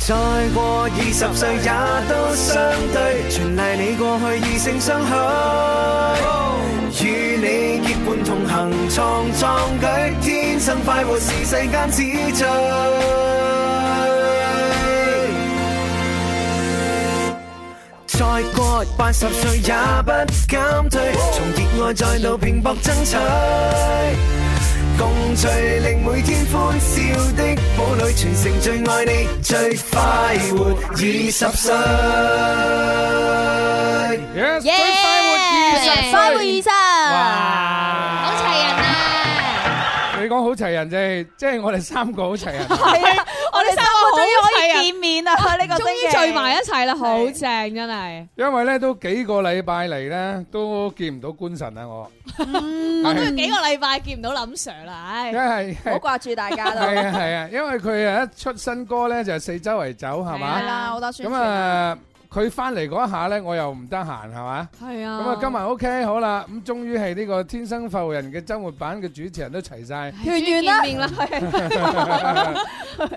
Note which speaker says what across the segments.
Speaker 1: 再過二十歲也都相對，全賴你過去異性相許，與你結伴同行創壯舉，天生快活是世間之最。再過八十歲也不減退，從熱愛再度拼搏爭取。共聚令每天歡笑的堡壘，全城最愛你，最快活二十歲。
Speaker 2: Yes，最
Speaker 3: Yeah！
Speaker 2: 快活二十歲。
Speaker 3: 快活二十，
Speaker 2: 哇！
Speaker 3: 好齊人啊！
Speaker 2: 你講好齊人啫，即係我哋三個好 齊人。
Speaker 4: 係啊，我哋三個終於可以 見面啦！呢個
Speaker 5: 終於
Speaker 4: 星期
Speaker 5: 聚埋一齊啦，好正真係。
Speaker 2: 因為咧都幾個禮拜嚟咧都見唔到官神啊，我
Speaker 5: 我都要幾個禮拜見唔到林 Sir 啦，
Speaker 2: 因
Speaker 5: 唉。
Speaker 2: 為
Speaker 4: 好掛住大家
Speaker 2: 係
Speaker 4: 啦，
Speaker 2: 啊係啊，因為佢啊一出新歌咧就四周圍走係
Speaker 5: 係
Speaker 2: 嘛，
Speaker 5: 啊
Speaker 4: 係啦，好多宣
Speaker 2: 咁
Speaker 4: 傳啊，
Speaker 2: 啊佢翻嚟嗰一下咧我又唔得閒係嘛。
Speaker 5: 係啊。
Speaker 2: 咁啊，今日 OK 好啦，咁終於係呢個天生浮人嘅周末版嘅主持人都齊晒。
Speaker 4: 團圓啦
Speaker 5: 終於見面啦，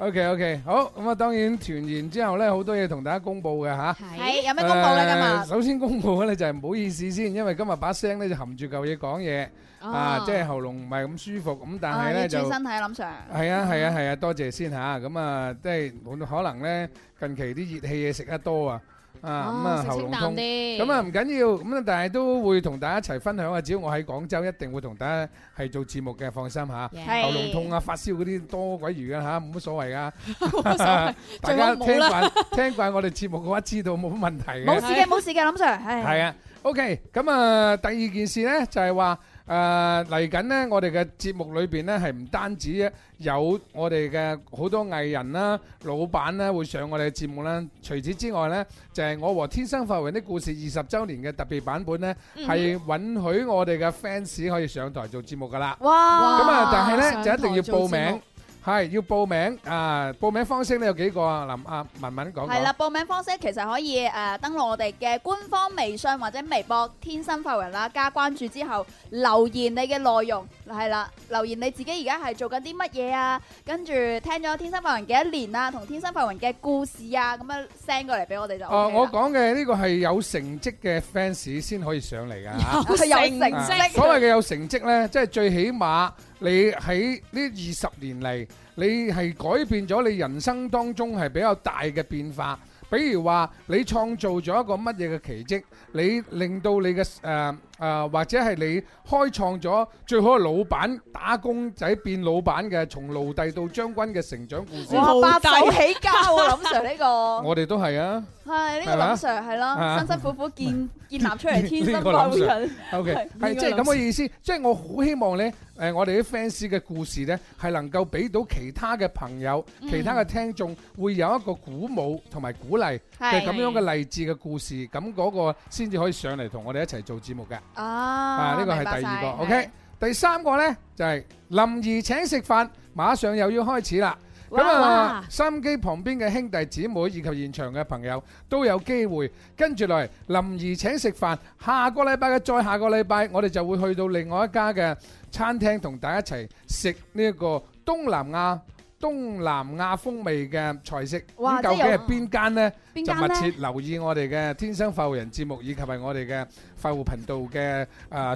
Speaker 2: OK OK，好咁啊，當然團完之後咧，好多嘢同大家公佈嘅吓。
Speaker 4: 係有咩公佈咧今
Speaker 2: 誒
Speaker 4: 日？
Speaker 2: 首先公佈嘅咧就係唔好意思先，因為今日把聲咧就含住嚿嘢講嘢啊，即係喉嚨唔係咁舒服，咁但係
Speaker 4: 啊，要
Speaker 2: 咧就
Speaker 4: 注意身體啊，林 Sir。
Speaker 2: 係啊係啊係啊，多謝先吓。咁啊，即係可能咧近期啲熱氣嘢食得多啊，啊咁啊
Speaker 5: 食
Speaker 2: 喉
Speaker 5: 清
Speaker 2: 嚨
Speaker 5: 淡
Speaker 2: 痛。
Speaker 5: 啲。
Speaker 2: 咁啊唔緊要，咁啊但係都會同大家一齊分享啊！只要我喺廣州，一定會同大家係做節目嘅，放心嚇。
Speaker 5: Yeah，
Speaker 4: 係
Speaker 2: 喉嚨痛啊、發燒嗰啲多鬼餘嘅嚇，冇乜所謂噶。
Speaker 5: 冇所謂。
Speaker 2: 大
Speaker 5: 最好
Speaker 2: 家
Speaker 5: 冇
Speaker 2: 聽
Speaker 5: 啦
Speaker 2: 慣聽慣我哋節目嘅話，知道冇乜問題
Speaker 4: 冇
Speaker 2: 嘅。
Speaker 4: 事嘅，冇事嘅，林 Sir，係
Speaker 2: 係啊，OK。咁啊，第二件事咧就係話誒嚟緊呢，我哋嘅節目裏邊咧係唔單止有我哋嘅好多藝人啦、老闆咧會上我哋嘅節目啦。除此之外咧，就係我和天生發榮的故事二十週年嘅特別版本咧。係允許我哋嘅 fans 可以上台做節目噶啦。
Speaker 4: 哇，
Speaker 2: 咁啊，但係
Speaker 5: 係
Speaker 2: 咧就一定要
Speaker 5: 上台做
Speaker 2: 報
Speaker 5: 節
Speaker 2: 名
Speaker 5: 目，
Speaker 2: 係要報名啊！報名方式咧有幾個啊？林啊文文講
Speaker 4: 係
Speaker 2: 講
Speaker 4: 啦，。報名方式其實可以誒、呃登錄我哋嘅官方微信或者微博「天生快活人」啦，加關注之後留言你嘅內容係啦，留言你自己而家係做緊啲乜嘢啊？跟住聽咗《天生快活人》幾多年啊，同《天生快活人》嘅故事啊，咁樣 send 過嚟俾我哋就 OK
Speaker 2: 哦，
Speaker 4: 啦。
Speaker 2: 我講嘅呢個係有成績嘅 fans 先可以上嚟 㗎嚇。
Speaker 4: 係有成
Speaker 2: 啊
Speaker 4: 績，
Speaker 2: 所謂嘅有成績咧，即係最起碼你喺呢二十年嚟，你係改變咗你人生當中係比較大嘅變化。比如話，你創造咗一個乜嘢嘅奇蹟，你令到你嘅誒誒，或者係你開創咗最好嘅老闆打工仔變老闆嘅，從奴隸到將軍嘅成長故事，
Speaker 4: 哇，
Speaker 5: 好低
Speaker 4: 白手起家喎，林 Sir 呢個
Speaker 2: 我哋都係啊。
Speaker 4: 係呢個
Speaker 2: 係嘛
Speaker 4: 林 Sir 係
Speaker 2: 啊
Speaker 4: 咯，辛辛苦苦建建立 出嚟天
Speaker 2: 呢
Speaker 4: 生
Speaker 2: 個
Speaker 4: 快活
Speaker 2: 林 Sir
Speaker 4: 人。
Speaker 2: OK，係即係咁嘅意思，即係我好希望咧，誒我哋啲 fans 嘅故事咧，係能夠俾到其他嘅朋友、
Speaker 4: 嗯
Speaker 2: 其他嘅聽眾，會有一個鼓舞同埋鼓勵嘅咁樣嘅勵志嘅故事，咁嗰個先至可以上嚟同我哋一齊做節目嘅。
Speaker 4: 啊，
Speaker 2: 啊，呢個
Speaker 4: 明白
Speaker 2: 係第二
Speaker 4: 晒
Speaker 2: 個。OK，第三個咧就係林兒請食飯，馬上又要開始啦。咁啊，收音機旁邊嘅兄弟姊妹以及現場嘅朋友都有機會跟住落嚟，林兒請食飯。下個禮拜嘅再下個禮拜，我哋就會去到另外一家嘅餐廳，同大家一齊食呢一個東南亞東南亞風味嘅菜式。
Speaker 4: 哇
Speaker 2: 咁究竟係邊間呢？
Speaker 4: 邊
Speaker 2: 就
Speaker 4: 間
Speaker 2: 密
Speaker 4: 咧
Speaker 2: 切？留意我哋嘅天生快活人節目，以及係我哋嘅快活頻道嘅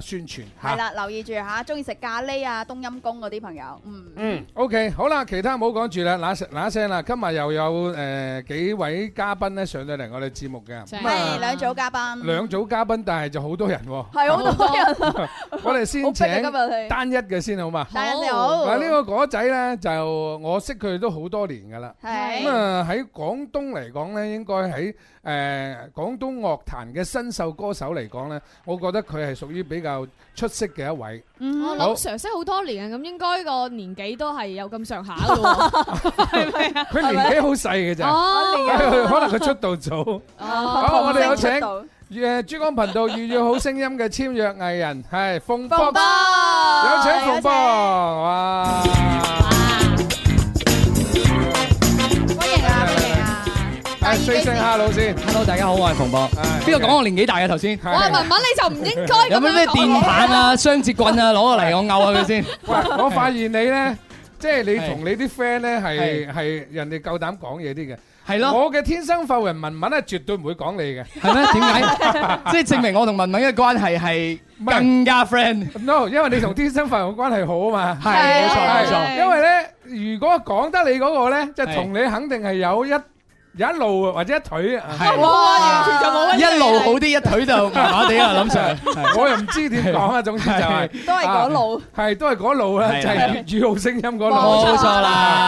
Speaker 2: 誒宣傳
Speaker 4: 係
Speaker 2: 嚇。
Speaker 4: 啦，留意住吓，中意食咖喱啊、冬陰功嗰啲朋友，嗯，
Speaker 2: 嗯，OK，好啦，其他唔好講住啦，嗱聲嗱聲啦，今日又有誒幾位嘉賓咧上到嚟我哋節目嘅，
Speaker 5: 正
Speaker 2: 咁
Speaker 4: 係
Speaker 2: 啊
Speaker 4: 兩組嘉賓，
Speaker 2: 兩組嘉賓，但係就好多人喎。
Speaker 4: 係好多人，
Speaker 2: 我哋先
Speaker 4: 好逼啊今
Speaker 2: 請
Speaker 4: 日你，
Speaker 2: 單一嘅先好嘛？
Speaker 4: 大家你
Speaker 5: 好
Speaker 4: 好，
Speaker 2: 嗱，呢個果仔咧就我識佢都好多年㗎啦。
Speaker 4: 係
Speaker 2: 咁啊喺廣東嚟講咧，應該喺誒廣東樂壇嘅新秀歌手嚟講咧，我覺得佢係屬於比較出色嘅一位。
Speaker 5: 我
Speaker 2: 好
Speaker 5: 諗 Sir 識好多年啊，咁應該個年紀都係有咁上下 嘅喎，係咪啊？
Speaker 2: 佢年紀好細嘅咋，
Speaker 5: 哦，
Speaker 2: 可能佢出道早。
Speaker 6: Ờ,
Speaker 5: 哦
Speaker 2: 好我哋有請
Speaker 4: 同聲出道
Speaker 2: 誒珠江頻道《粵語好聲音》嘅簽約藝人係馮博，
Speaker 4: 馮
Speaker 2: 有
Speaker 4: 博，
Speaker 2: 請馮博，哇！
Speaker 4: 歡迎啊，歡迎啊，
Speaker 2: 係四聲 hello 先，
Speaker 7: Hello，大家好，我係馮博。邊個講我年紀大嘅頭先？
Speaker 5: 哇，文文你就唔應該咁
Speaker 7: 有冇
Speaker 5: 樣
Speaker 7: 咩
Speaker 5: 講
Speaker 7: 電
Speaker 5: 嘢。
Speaker 7: 棒啊、雙節棍啊攞過嚟我拗下佢先？
Speaker 2: 喂， 我發現你咧，即係你同你啲 friend 咧係係人哋夠膽講嘢啲嘅，
Speaker 7: 係咯
Speaker 2: 我嘅天生發人文文咧，絕對唔會講你嘅。
Speaker 7: 係 咩？點解？即係證明我同文文嘅關係係
Speaker 2: 係
Speaker 7: 更加 friend。
Speaker 2: no，因為你同天生發人關係好啊嘛。
Speaker 7: 係冇錯
Speaker 5: 係
Speaker 7: 冇
Speaker 5: 係
Speaker 7: 錯。
Speaker 2: 因為咧，如果講得你嗰個咧，即係
Speaker 7: 係
Speaker 2: 同你肯定係有一有一路或者一腿啊。
Speaker 7: 係一路好啲，一腿就麻麻地啦，林 Sir。
Speaker 2: 我又唔知點講啊，總之就係
Speaker 4: 都係嗰路。
Speaker 2: 係都係嗰路啦，
Speaker 7: 係
Speaker 2: 就係粵語好聲音嗰路。
Speaker 7: 冇錯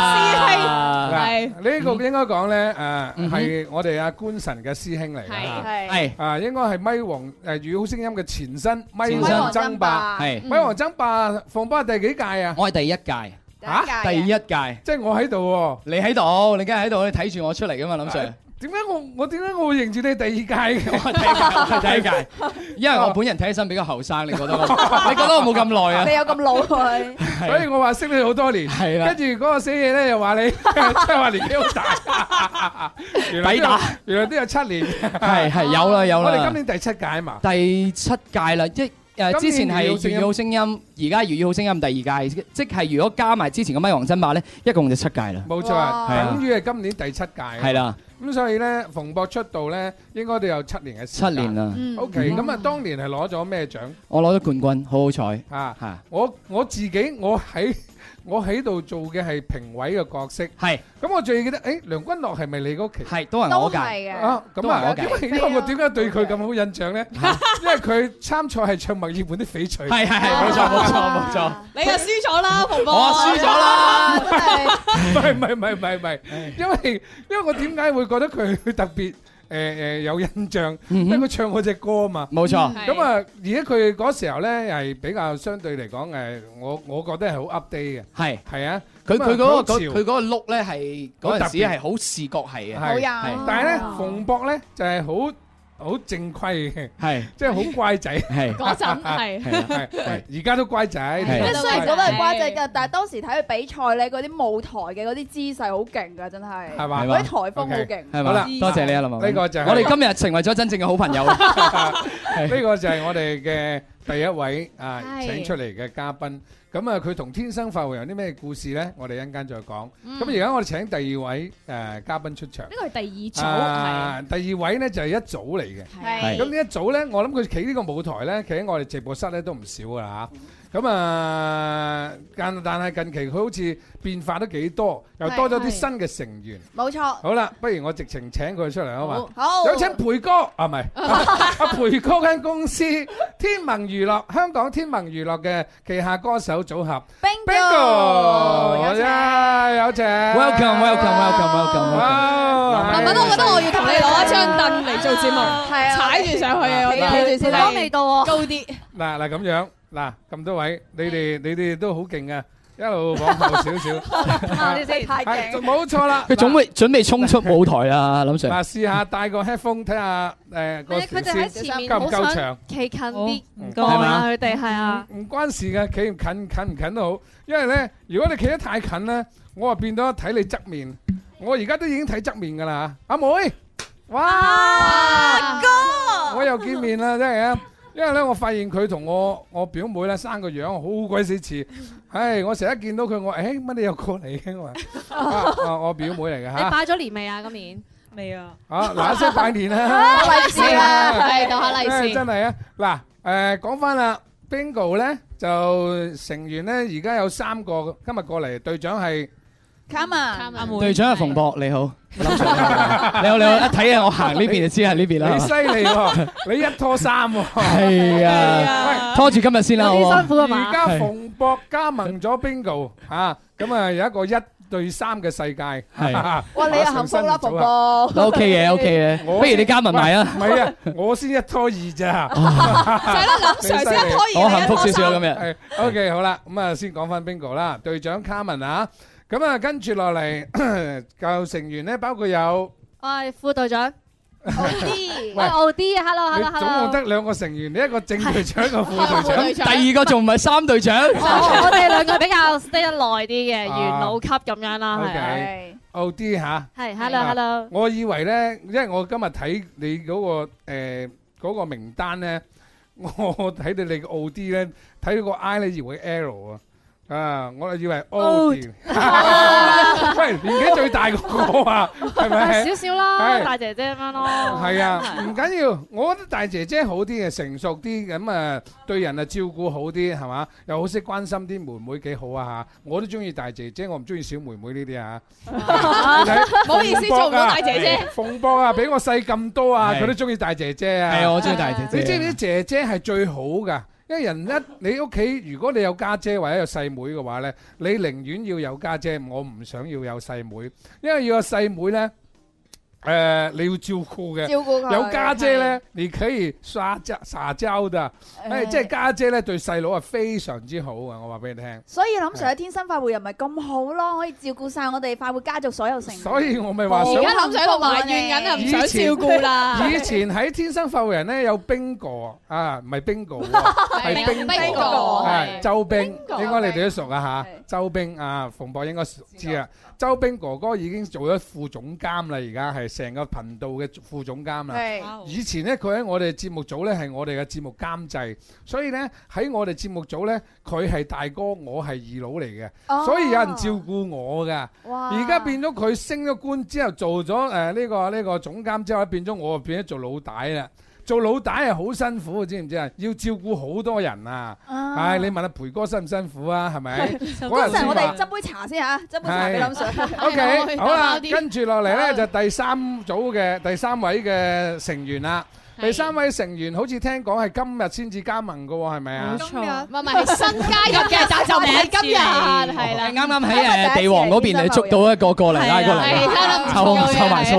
Speaker 7: 啦，
Speaker 2: 嗱，呢個應該講咧，誒
Speaker 7: 嗯哼
Speaker 2: 係我哋阿官神嘅師兄嚟㗎
Speaker 5: 係
Speaker 2: 嚇。
Speaker 4: 係
Speaker 7: 係
Speaker 2: 啊，應該係咪王誒粵語好聲音嘅前身，咪
Speaker 7: 前身
Speaker 2: 王爭霸。
Speaker 7: 係，
Speaker 2: 咪王爭霸放波係第幾屆啊？
Speaker 7: 我係第一屆，啊
Speaker 2: 嚇
Speaker 7: 第一屆，
Speaker 2: 即係我喺度
Speaker 7: 你喺度，你梗係喺度，你睇住我出嚟噶嘛，林 Sir。
Speaker 2: 喎，點解我我點解我會認住你第二屆 嘅？
Speaker 7: 我係第一屆，我係第一屆，因為我本人睇起身比較後生，你覺得我？ 你覺得我冇咁耐啊？
Speaker 4: 你有咁老佢，
Speaker 2: 所以
Speaker 7: 係
Speaker 2: 我話識你好多年，
Speaker 7: 係啦
Speaker 2: 跟，住嗰個死嘢咧又話 你即係話年紀好大，原來都有
Speaker 7: 抵打，
Speaker 2: 原來都有七 年。
Speaker 7: 係係有啦有
Speaker 2: 我哋今
Speaker 7: 啦，
Speaker 2: 年第七屆啊嘛，
Speaker 7: 第七屆啦，即誒之前係粵語好聲音，而家係粵語好聲音第二屆，即係如果加埋之前嘅咪王爭霸咧，一共就七屆啦，
Speaker 2: 冇錯啊，
Speaker 7: 哇係啊
Speaker 2: 等於係今年第七屆。
Speaker 7: 係
Speaker 2: 係，
Speaker 7: 啦，
Speaker 2: 咁所以咧，馮博出道咧，應該都有七年嘅時
Speaker 7: 七
Speaker 2: 間
Speaker 7: 年。啦，
Speaker 5: 嗯
Speaker 2: O K，咁啊，當年係攞咗咩獎
Speaker 7: 我攞咗冠軍，好好彩
Speaker 2: 啊？
Speaker 7: 嚇，
Speaker 2: 我我自己我喺 我喺度做嘅係評委嘅角色，
Speaker 7: 係
Speaker 2: 咁我最記得，誒梁君樂係咪你嗰期？
Speaker 7: 係都係
Speaker 4: 都
Speaker 7: 我屆。
Speaker 4: 係嘅。
Speaker 2: 啊，咁啊，
Speaker 7: 都係
Speaker 2: 因
Speaker 7: 我
Speaker 2: 為因為我點解對佢咁好印象 咧？因為佢參賽係唱墨爾本啲翡翠，
Speaker 7: 係係係，冇錯冇錯冇錯，我輸咗啦。
Speaker 4: 啦，
Speaker 2: 唔 係唔係唔係唔係唔係，因為因為我點解會覺得佢特別誒誒有印象？因為佢唱我只歌嘛。
Speaker 7: 冇錯，
Speaker 5: 係
Speaker 2: 咁啊，而且佢嗰時候咧係比較相對嚟講誒，我我覺得係好 update 嘅，
Speaker 7: 係
Speaker 2: 係啊。
Speaker 7: 佢
Speaker 2: 咁啊
Speaker 7: 佢嗰個
Speaker 2: 好
Speaker 7: 佢
Speaker 2: 潮
Speaker 7: 佢嗰個碌咧係嗰陣時係好視覺係嘅，
Speaker 2: 係
Speaker 4: 好
Speaker 7: 係
Speaker 4: 有。
Speaker 2: 但係咧，馮博咧就係好好正規嘅，
Speaker 7: 係
Speaker 2: 即係好乖仔，
Speaker 7: 係係啦
Speaker 2: 係而家都乖仔。
Speaker 7: 係
Speaker 4: 即係雖然嗰都係瓜仔嘅，但係當時睇佢比賽咧，嗰啲舞台嘅嗰啲姿勢好勁㗎，真係，
Speaker 2: 係嘛？
Speaker 7: 係嘛
Speaker 4: 嗰啲台風好勁。
Speaker 7: 係
Speaker 2: 好
Speaker 7: 嘛
Speaker 2: 啦？
Speaker 7: 多謝你啊，林文
Speaker 2: 呢個就係
Speaker 7: 我哋今日成為咗真正嘅好 朋友。
Speaker 2: 呢個就係我哋嘅第一位啊
Speaker 5: 係
Speaker 2: 請出嚟嘅嘉賓。咁啊，佢同天生發圍有啲咩故事呢？我哋一陣間再講。咁而家我哋請第二位誒嘉賓出場。啊，第二位呢就係一組嚟嘅。
Speaker 7: 係
Speaker 2: 咁呢一組呢，我諗佢企呢個舞台呢，企喺我哋直播室呢都唔少噶啦嚇。咁啊，但但係近期佢好似變化都幾多，又多咗啲
Speaker 5: 係
Speaker 2: 新嘅成員。
Speaker 4: 冇錯，
Speaker 2: 好啦，不如我直情請佢出嚟好嘛？
Speaker 4: 好。
Speaker 2: 有請培哥啊，唔 係阿培哥間公司天盟娛樂香港天盟娛樂嘅旗下歌手組合
Speaker 4: bingo，有
Speaker 2: Bingo，
Speaker 4: 請
Speaker 2: 呀有請
Speaker 7: Welcome welcome welcome welcome welcome。
Speaker 2: 哇
Speaker 7: 慢
Speaker 2: 係
Speaker 7: 慢都
Speaker 4: 係啊，企住先啦，
Speaker 5: 未
Speaker 4: 到啊。
Speaker 2: 嗱嗱咁樣嗱咁多位，你哋你哋都好勁啊，一路往後少少，
Speaker 4: 你哋 太
Speaker 2: 係
Speaker 4: 勁，
Speaker 2: 冇錯啦。
Speaker 7: 佢準備準備衝出舞台啦，林 Sir。
Speaker 2: 嗱，試下戴個 headphone 睇下誒個條線夠唔夠長。唔關事嘅，企唔近近唔近都好，因為咧，如果你企得太近咧，我啊變咗睇你側面，我而家都已經睇側面噶啦，阿妹，哇，哥，我又見面啦，真係啊！因為咧，我發現佢同我我表妹咧生個樣好鬼死似，唉，我成日一見到佢，我誒乜你又過嚟嘅我話，啊啊我表妹嚟嘅嚇，啊嗱一聲拜 年
Speaker 8: Ờ,
Speaker 2: 啦，
Speaker 4: 利 是
Speaker 2: Ờ.
Speaker 4: 啦，
Speaker 2: 唉真係啊！嗱，誒講翻啦，Bingo 咧就成員咧而家有三個，今日過嚟隊長係
Speaker 4: 卡文，
Speaker 7: 隊長係馮博， 你好，林 Sir 你好你好，一睇下我行呢邊就知係呢邊啦
Speaker 2: 你。犀利喎，你一拖三喎。
Speaker 7: 係啊，拖住今日先啦，好唔好？
Speaker 2: 而家馮博加盟咗 Bingo 嚇，咁啊有一個一對三嘅世界。
Speaker 7: 係
Speaker 4: 哇，你又幸福啦，婆婆。
Speaker 7: 都 OK 嘅，OK 嘅。
Speaker 2: 我
Speaker 7: 不如你加埋埋啊，
Speaker 2: 唔係啊，我先一拖二 咋。
Speaker 7: 我幸福少少啊今日。
Speaker 2: 係 OK 好啦，咁啊先講翻 Bingo 啦，隊長卡文啊，咁啊跟住落嚟 教成員咧，包括有。
Speaker 4: 好 啲，
Speaker 2: 你總共得兩個成員，你一個正隊長，一個副隊長。
Speaker 7: 第二個仲唔係三隊長？
Speaker 4: 係
Speaker 2: O D 吓，我以為咧，因為我今日睇你嗰個誒嗰個 名單咧，我睇到你個 O D 咧，睇到個 I 咧以為 L 啊，啊！我以為 O 字，喂，年紀最大嗰個啊，係咪？
Speaker 9: 少少啦，
Speaker 2: 係
Speaker 9: 大姐姐咁樣咯。
Speaker 2: 係啊，唔緊要，我覺得大姐姐好啲嘅，成熟啲，咁啊對人啊照顧好啲，係嘛？又好識關心啲妹妹幾好啊嚇！我都中意大姐姐，我唔中意小妹妹呢啲啊。
Speaker 5: 唔好意思，做唔到大姐姐。
Speaker 2: 馮博啊，比我細咁多啊，
Speaker 7: 係
Speaker 2: 佢都中意大姐姐啊。
Speaker 7: 係啊，我中意大姐姐。
Speaker 2: 你知唔知姐姐係最好噶？因為人一你屋企如果你有家姐或者有細妹嘅話呢，你寧願要有家姐，我唔想要有細妹，因為要有細妹呢，誒、呃你要照顧嘅。
Speaker 4: 照顧佢。
Speaker 2: 有家姐呢，你可以撒嬌撒嬌的，誒、
Speaker 4: 係，
Speaker 2: 即係家姐呢對細佬係非常之好啊！我話俾你聽，
Speaker 4: 所以諗 Sir 嘅天生快活人咪咁好咯，可以照顧晒我哋快活家族所有成員。
Speaker 2: 所以我咪 話
Speaker 5: 而
Speaker 2: 想
Speaker 5: 家諗想喺度埋怨緊啊，唔想照顧啦。
Speaker 2: 以前喺天生發育人呢，有 bingo 啊，唔係 bingo 喎係
Speaker 5: 係
Speaker 2: 冰
Speaker 5: 冰
Speaker 2: 哥
Speaker 5: 哥
Speaker 2: 係周冰，
Speaker 4: 冰
Speaker 2: 應該你哋都熟啊
Speaker 4: 係
Speaker 2: 嚇。周冰啊，馮博應該知啊。周冰哥哥已經做咗副總監啦，而家係成個頻道嘅副總監啦。
Speaker 4: 係
Speaker 2: 以前呢，佢喺我哋節目組呢，係我哋嘅節目監製，所以呢，喺我哋節目組呢，佢係大哥，我係二佬嚟嘅，所以有人照顧我㗎。
Speaker 4: 哇
Speaker 2: 而家變咗佢升咗官之後，做咗誒呢個呢個總監之後，變咗我變咗做老大啦。做老大係好辛苦，知唔知啊？要照顧好多人啊！
Speaker 4: 啊
Speaker 2: 唉，你問阿培哥辛唔辛苦啊？係咪？嗰
Speaker 4: 通
Speaker 2: 陣時
Speaker 4: 常我哋
Speaker 2: 話
Speaker 4: 斟杯茶先嚇，斟杯茶俾林 Sir。
Speaker 2: OK，好啦，
Speaker 5: 多啲
Speaker 2: 跟住落嚟呢，就第三組嘅第三位嘅成員啦。第三位成員好似聽講係今日先至加盟嘅喎，係咪啊？
Speaker 9: 今日
Speaker 5: 唔係唔係新加入嘅，但就唔係今日係啦。
Speaker 7: 啱啱
Speaker 4: 因為第一
Speaker 7: 喺
Speaker 4: 次
Speaker 7: 誒地王嗰邊，你捉到一個過嚟拉過
Speaker 5: 係
Speaker 7: 嚟，
Speaker 5: 啦，
Speaker 7: 湊湊埋數。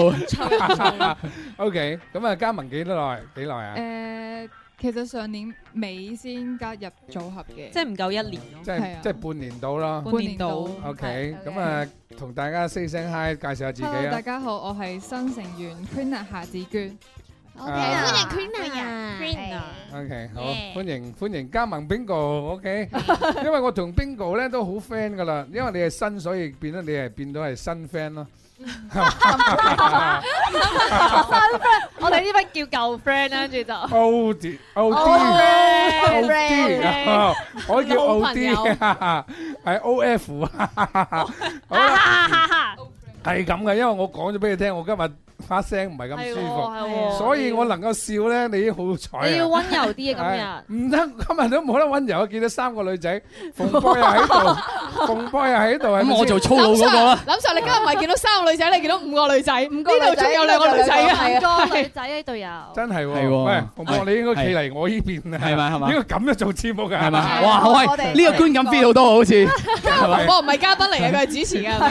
Speaker 2: OK，咁啊，加盟幾耐？幾耐啊？
Speaker 9: 誒，呃其實上年尾先加入組合嘅，
Speaker 8: 即係唔夠一年咯，
Speaker 2: 即
Speaker 9: 係啊
Speaker 2: 係即係半年到啦。
Speaker 8: 半年度
Speaker 9: 半年度
Speaker 2: OK，咁啊，同大家 say 聲 hi，介紹下自己
Speaker 9: Hello，大
Speaker 2: 啊。
Speaker 9: 家好，我係新成員 Queen 啊夏子娟，
Speaker 2: 啊
Speaker 4: 歡迎
Speaker 3: Queen 啊
Speaker 2: OK，好，
Speaker 3: Yeah
Speaker 2: 歡迎歡迎加盟 Bingo，OK，因為我同 Bingo 咧都好 friend 噶啦，因為你係新，所以變咗你係變咗係新 friend 咯。
Speaker 9: 我哋呢筆叫舊 friend 啦，跟住就
Speaker 2: O D
Speaker 8: 哦
Speaker 2: O D O D，我啊叫 O D，係 O F，好啦， 係咁嘅，因為我講咗俾你聽，我今日發聲唔係咁舒服，
Speaker 8: 係
Speaker 2: 所以我能夠笑咧，你已經好彩啊
Speaker 8: 你要温柔啲啊，
Speaker 2: 唔得， 今日都冇得温柔啊！見到三個女仔，馮波又喺 度，馮波又喺度，係咪
Speaker 7: 咁我
Speaker 2: 先
Speaker 7: 做粗魯嗰個啦。
Speaker 5: 林 Sir，你今日唔係見到三個女仔，你見到五個女仔，呢度仲有兩個女仔啊！
Speaker 4: 係
Speaker 8: 今日多女仔呢度有，
Speaker 2: 真係
Speaker 7: 係
Speaker 2: 喎，
Speaker 7: 喎
Speaker 2: 喂，馮波你應該企嚟我呢邊啊，
Speaker 7: 係咪係咪
Speaker 2: 應該咁樣做節目㗎，
Speaker 7: 係嘛？
Speaker 4: 係啊
Speaker 7: 哇，好
Speaker 4: 我
Speaker 7: 係
Speaker 4: 哋
Speaker 7: 呢個觀感 feel 好多，好似係咪？
Speaker 5: 我唔係嘉賓嚟嘅，佢係主持嘅。
Speaker 7: 係啊，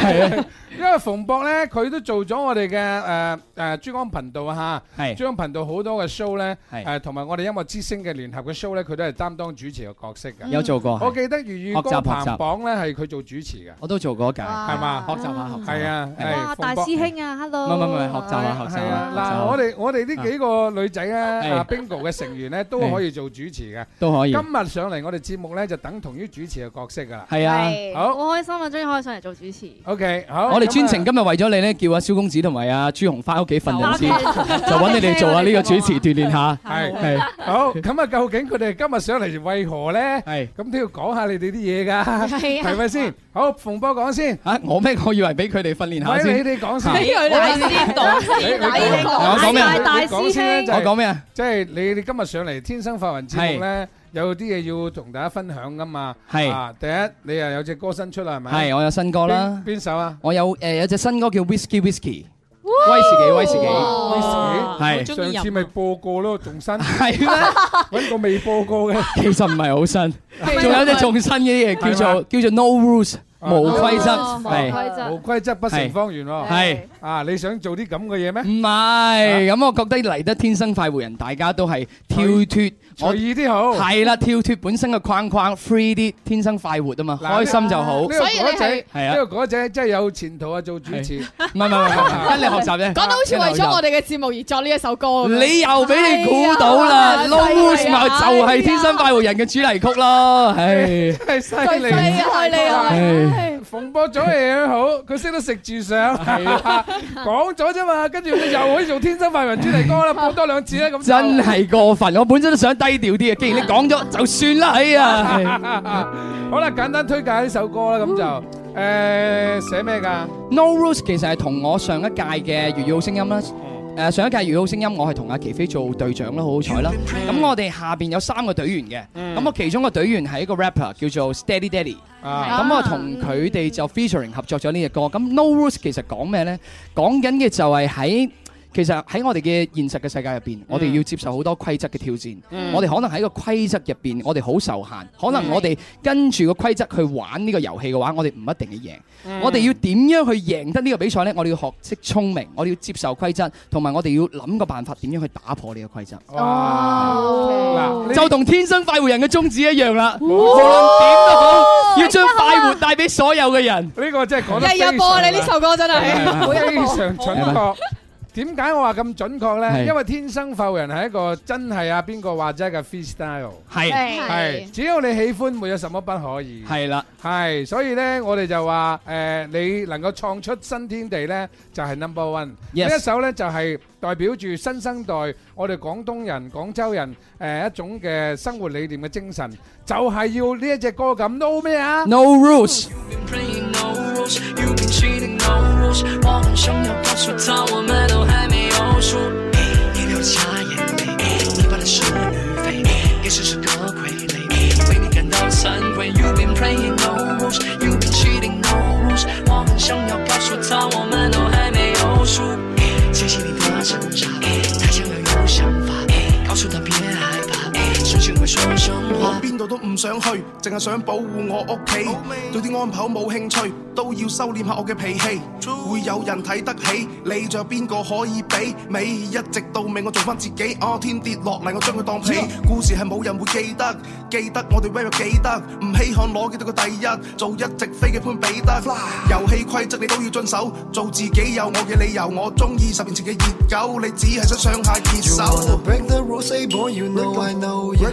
Speaker 2: 因為馮博咧，佢都做咗我哋嘅誒誒珠江頻道啊嚇，
Speaker 7: 係
Speaker 2: 珠江頻道好多嘅 show 咧，
Speaker 7: 係
Speaker 2: 誒同埋我哋音樂之星嘅聯合嘅 show 咧，佢都係擔當主持嘅角色㗎。
Speaker 7: 有做過。
Speaker 2: 我記得粵語歌
Speaker 7: 學習學
Speaker 2: 排
Speaker 7: 習
Speaker 2: 行榜咧係佢做主持㗎，
Speaker 7: 我都做過一屆，
Speaker 4: 哇
Speaker 2: 係嘛
Speaker 7: 學習下學習下。
Speaker 2: 係啊，係
Speaker 8: 哇，大
Speaker 2: 馮博
Speaker 8: 師兄啊
Speaker 7: 唔
Speaker 8: ，hello，
Speaker 7: 係唔係唔係，學習下學習
Speaker 2: 係啊，
Speaker 7: 下，
Speaker 2: 嗱，我哋我哋呢幾個女仔咧，
Speaker 7: 係
Speaker 2: 啊 Bingo 嘅成員咧都可以做主持嘅。
Speaker 7: 都可以
Speaker 2: 今。日上嚟我哋節目咧就等同於主持嘅角色噶啦。
Speaker 7: 係啊，
Speaker 2: 好
Speaker 8: 好開心啊，終於可以上嚟做主持，
Speaker 2: ，OK，好，
Speaker 7: 我哋
Speaker 2: 咁
Speaker 7: 專
Speaker 2: 啊
Speaker 7: 程今日為咗你咧，叫阿蕭公子同埋阿朱紅翻屋企瞓陣先，就
Speaker 8: 就
Speaker 7: 揾你哋做下呢個主持，鍛鍊下。
Speaker 2: 係
Speaker 7: 係
Speaker 2: 好，咁啊，究竟佢哋今日上嚟為何咧？
Speaker 7: 係
Speaker 2: 咁都要講下你哋啲嘢噶，
Speaker 5: 係
Speaker 2: 係咪先？好，馮波講先，
Speaker 7: 嚇，我咩？我以為俾佢哋訓練
Speaker 2: 唔
Speaker 7: 下
Speaker 2: 係
Speaker 7: 先。
Speaker 2: 你哋講
Speaker 5: 俾
Speaker 2: 先，
Speaker 5: 佢哋先到。
Speaker 2: 你你講
Speaker 7: 我講咩啊？
Speaker 8: 大師
Speaker 2: 你講先
Speaker 8: 兄
Speaker 2: 咧就
Speaker 7: 我
Speaker 2: 係
Speaker 7: 講咩啊？
Speaker 2: 即係你哋今日上嚟天生發雲節目咧，有啲嘢要同大家分享噶嘛。
Speaker 7: 係
Speaker 2: 啊，第一你又有隻歌新出啦，係咪？
Speaker 7: 係，我有新歌啦
Speaker 2: 邊，邊首啊？
Speaker 7: 我有誒有隻新歌叫 Whisky Whisky，威士忌威士忌，係
Speaker 8: 中意
Speaker 2: 上次咪播過咯，仲新，
Speaker 7: 係咩？
Speaker 2: 揾個未播過嘅。
Speaker 7: 其實唔係 好新，仲有隻仲新嘅嘢叫做叫做 No Rules 無規則，係
Speaker 8: 規則
Speaker 2: 無規則不成方圓喎。
Speaker 7: 係。
Speaker 2: 啊，你想做啲咁嘅嘢
Speaker 7: 唔
Speaker 2: 咩？
Speaker 7: 係，咁我覺得嚟得天生快活人，大家都係跳脱，
Speaker 2: 隨
Speaker 7: 我
Speaker 2: 意啲好。
Speaker 7: 係啦，跳脱本身嘅框框，free 啲，天生快活啊嘛，
Speaker 2: 嗱
Speaker 7: 開心就好。唔
Speaker 2: 呢個
Speaker 5: 所以你
Speaker 2: 果仔
Speaker 5: 係，
Speaker 7: 係啊
Speaker 2: 呢個果仔真係有前途啊！做主持，
Speaker 7: 係唔係唔係，跟你學習
Speaker 5: 講
Speaker 7: 啫。
Speaker 5: 到好似為咗我哋嘅節目而作呢一首歌咁樣。
Speaker 7: 你又俾你估到啦
Speaker 5: 哎呀
Speaker 7: ，No
Speaker 5: 真係
Speaker 7: Rules
Speaker 5: 啊
Speaker 7: 咪就係天生快活人嘅主題曲咯，唉。
Speaker 2: 真係犀
Speaker 5: 最犀利
Speaker 2: 利。啊
Speaker 5: 啊！
Speaker 7: 唉
Speaker 5: 係
Speaker 2: 馮博咗嘢好，佢識得食住上，
Speaker 7: 係
Speaker 2: 講咗啫嘛，跟住佢又可以做天生快活人主題 歌啦，播多兩次啦咁就。
Speaker 7: 真係過分，我本身都想低調啲嘅，啊既然你講咗就算啦，哎呀
Speaker 2: 好啦，簡單推介呢首歌啦，咁就誒寫咩㗎？
Speaker 7: ，No Rules 其實係同我上一屆嘅粵語好聲音啦。誒、
Speaker 2: 嗯
Speaker 7: 上一屆粵語好聲音，我係同阿琪飛做隊長啦，好好彩啦。
Speaker 2: 嗯
Speaker 7: 咁我哋下邊有三個隊員嘅，咁、我其中個隊員係一個 rapper 叫做 Steady Daddy。
Speaker 2: 啊，
Speaker 7: 咁我同佢哋就 featuring 合作咗呢只歌。咁 No Rules 其實講咩呢？講緊嘅就係喺其實喺我哋嘅現實嘅世界入
Speaker 2: 嗯
Speaker 7: 邊，我哋要接受好多規則嘅挑戰。我哋可能喺個規則入邊，我哋好受限。可
Speaker 2: 嗯
Speaker 7: 能我哋跟住個規則去玩呢個遊戲嘅話，我哋唔一定嘅贏。我哋要點樣去贏得呢個比賽呢？我哋要學識聰明，我哋要接受規則，同埋我哋要諗個辦法點樣去打破呢個規則。
Speaker 2: 哇！嗱，呢
Speaker 7: 就同天生快活人嘅宗旨一樣
Speaker 2: 哦
Speaker 7: 啦，無論點都好，
Speaker 2: 啊
Speaker 7: 要將快活帶俾所有嘅人。
Speaker 2: 呢個真係講得
Speaker 5: 日日播啊你呢首歌真係。
Speaker 2: 非常準確。點解我話咁準確呢？
Speaker 7: 係
Speaker 2: 因為天生浮人係一個真係啊邊個話齋嘅 freestyle，
Speaker 7: 係
Speaker 2: 係只要你喜歡，沒有什麼不可以。
Speaker 7: 係啦，
Speaker 2: 係，所以咧，我哋就話誒、你能夠創出新天地咧，就係、number one。呢
Speaker 7: Yes
Speaker 2: 一首咧就係、代表住新生代我哋廣東人、廣州人誒、一種嘅生活理念嘅精神，就係、要呢一隻歌咁 no 咩啊？
Speaker 7: ，No rules，
Speaker 10: 我邊度都唔想去，淨係想保護我屋企。對啲安排好冇興趣，都要收斂下我嘅脾氣。會有人睇得起，你仲有邊個可以比？尾一直到尾，我做翻自己。哦，天跌落嚟，我將佢當被。
Speaker 1: 啊
Speaker 10: 故事係冇人會記得，記得我哋 rap 又記得，唔稀罕攞幾多個第一，做一直飛嘅潘彼得。遊戲規則你都要遵守，做自己有我嘅理由。我中意十年前嘅熱狗，你只係想上下熱
Speaker 1: You
Speaker 10: 手
Speaker 1: wanna。break the rules, say boy, you know I know ya.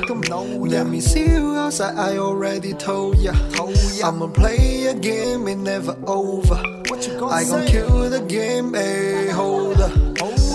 Speaker 1: Let me see you outside, I already told ya. I'ma play a game, it never over. I gon' kill the game, ayy, hold up.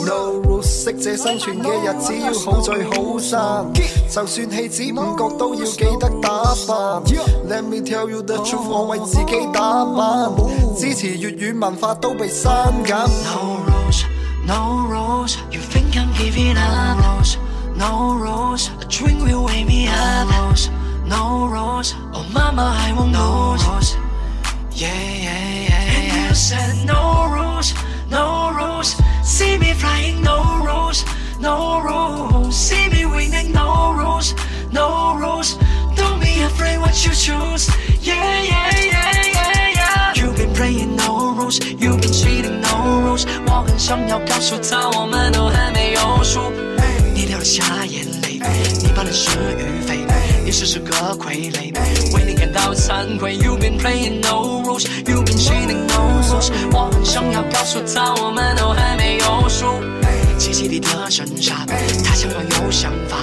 Speaker 1: No rules，適者生存嘅日子要好聚好散。就算氣子五角都要記得打扮。Let me tell you the truth，我
Speaker 11: Oh.
Speaker 1: 為自己打扮。支持粵語文化都被刪減。
Speaker 11: No rules, no rules. You think I'm giving up? No rules, no rules. A drink will wake me up. No rules, no rules. Oh mama, I won't no rules. Yeah, yeah, yeah. And you said no rules, no rules. See me flying, no rules, no rules. See me winning, no rules, no rules. Don't be afraid what you choose. Yeah, yeah, yeah, yeah, yeah. You've been praying no rules, you've been cheating no rules. 我很想要告诉他我们都还没有输，你留下眼泪，你不能是与非，你只是个傀儡，为你感到惭愧。You've been playing no rules, you've been cheating no rules. 我很想要告诉他我们都还没有输，积极地的挣扎，他想要有想法，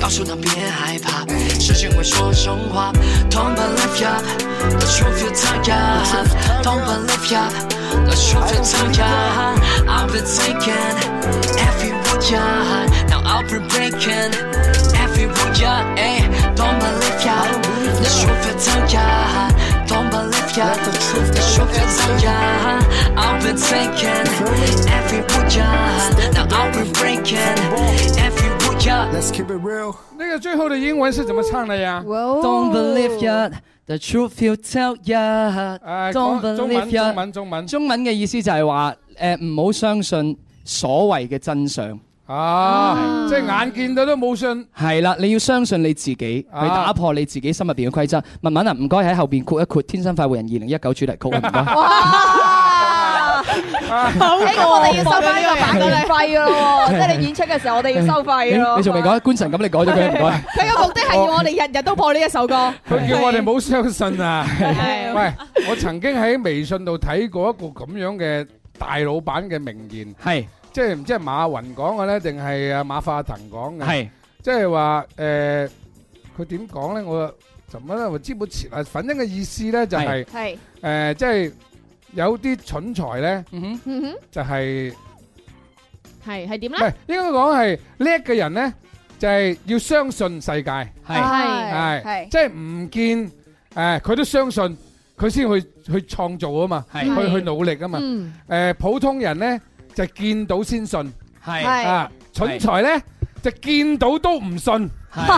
Speaker 11: 告诉他别害怕，时间会说真话。Don't believe ya, the truth you take ya. Don't believe ya, the truth you take ya. I've been taking every word ya. Now I'll be breaking every word ya. Ay, don't believe ya, the truth you take ya. Don't believe ya, the truth the truth you take ya. I've been taking every word ya. Now I'll be breaking every word ya.
Speaker 1: Let's keep it real。
Speaker 2: 那个最后的英文是怎么唱的呀？
Speaker 7: ，Don't believe it, the truth you tell it。
Speaker 2: 誒
Speaker 7: Don't
Speaker 2: 講中文
Speaker 7: believe ya
Speaker 2: 中文中文
Speaker 7: 中文嘅意思就係話，誒唔好相信所謂嘅真相。
Speaker 2: 啊，即係眼見到都冇信。
Speaker 7: 係啦，你要相信你自己，去
Speaker 2: 啊
Speaker 7: 打破你自己心入邊嘅規則。文文啊，唔該喺後邊括一括《天生快活人》二零一九主題曲啊，唔該。咦你仲未講官神咁，你改咗佢唔該。
Speaker 5: 佢嘅目的係要我哋日日都播呢一首歌。
Speaker 2: 佢叫我哋唔好相信啊！
Speaker 5: 係
Speaker 2: 喂，我曾經喺微信度睇過一個咁樣嘅大老闆嘅名言。
Speaker 7: 係
Speaker 2: 即係唔知係馬雲講嘅咧，定係啊馬化騰講嘅？
Speaker 7: 係
Speaker 2: 即係話誒，佢點講咧？我怎麼咧？我知不起啦。反正嘅意思咧就係、
Speaker 4: 係
Speaker 2: 誒、即係有啲蠢材咧，
Speaker 5: 嗯
Speaker 2: 就係、
Speaker 5: 哼，係係點
Speaker 2: 唔係
Speaker 5: 咧？
Speaker 2: 應該講係叻嘅人咧，就係、要相信世界，係
Speaker 5: 係
Speaker 2: 係，即係唔見誒佢、都相信，佢先去去創造啊嘛，
Speaker 7: 係
Speaker 2: 去去努力啊嘛。誒、
Speaker 7: 嗯
Speaker 2: 普通人咧就見到先信，
Speaker 7: 係
Speaker 2: 啊，蠢材咧就見到都唔信。
Speaker 7: 係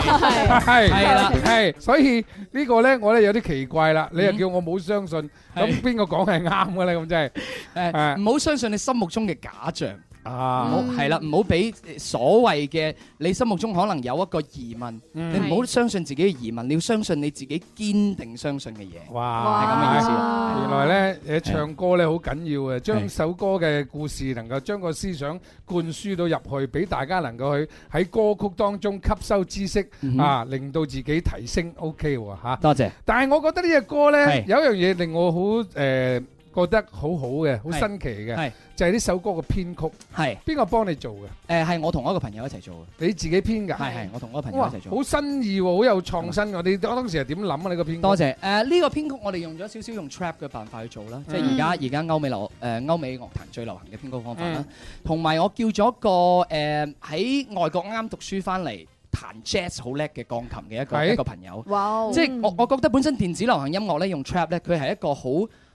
Speaker 2: 係
Speaker 7: 係啦
Speaker 2: 係，所以呢個咧我咧有啲奇怪啦，你又叫我冇相信，咁
Speaker 7: 係
Speaker 2: 邊個講係啱嘅咧？咁真係
Speaker 7: 誒，唔好相信你心目中嘅假象。
Speaker 2: 啊
Speaker 7: 唔好係啦，唔好俾所謂嘅你心目中可能有一個疑問，你唔好相信自己嘅疑問，你要相信你自己堅定相信嘅嘢。
Speaker 2: 哇，
Speaker 7: 係咁嘅意思啦
Speaker 2: 原來咧，誒唱歌咧好緊要嘅，將首歌嘅故事能夠將個思想灌輸到入去，俾大家能夠去喺歌曲當中吸收知識
Speaker 7: 嗯
Speaker 2: 啊，令到自己提升。OK 喎嚇，
Speaker 7: 多謝。
Speaker 2: 但係我覺得呢只歌咧
Speaker 7: 係
Speaker 2: 有一樣嘢令我好誒覺得好好嘅，好
Speaker 7: 係
Speaker 2: 新奇嘅
Speaker 7: 係，
Speaker 2: 就係呢首歌嘅編曲。
Speaker 7: 係
Speaker 2: 邊個幫你做嘅？
Speaker 7: 誒，係我同我一個朋友一齊做嘅。
Speaker 2: 你自己編㗎？
Speaker 7: 係係，我同我一個朋友一齊
Speaker 2: 哇
Speaker 7: 做
Speaker 2: 好。新意喎，好有創新喎！你當時係點諗啊？呢個編曲
Speaker 7: 多謝誒呢個編曲，我哋用咗少少用 trap 嘅辦法去做啦，即係而家而家歐美流誒歐美樂壇最流行嘅編曲方法啦
Speaker 2: 嗯。
Speaker 7: 同埋我叫咗個誒喺外國啱讀書翻嚟彈 jazz 好叻嘅鋼琴嘅一個
Speaker 2: 係
Speaker 7: 一個朋友。
Speaker 4: 哇
Speaker 7: 即係我我覺得本身電子流行音樂咧，用 trap 咧，佢係一個好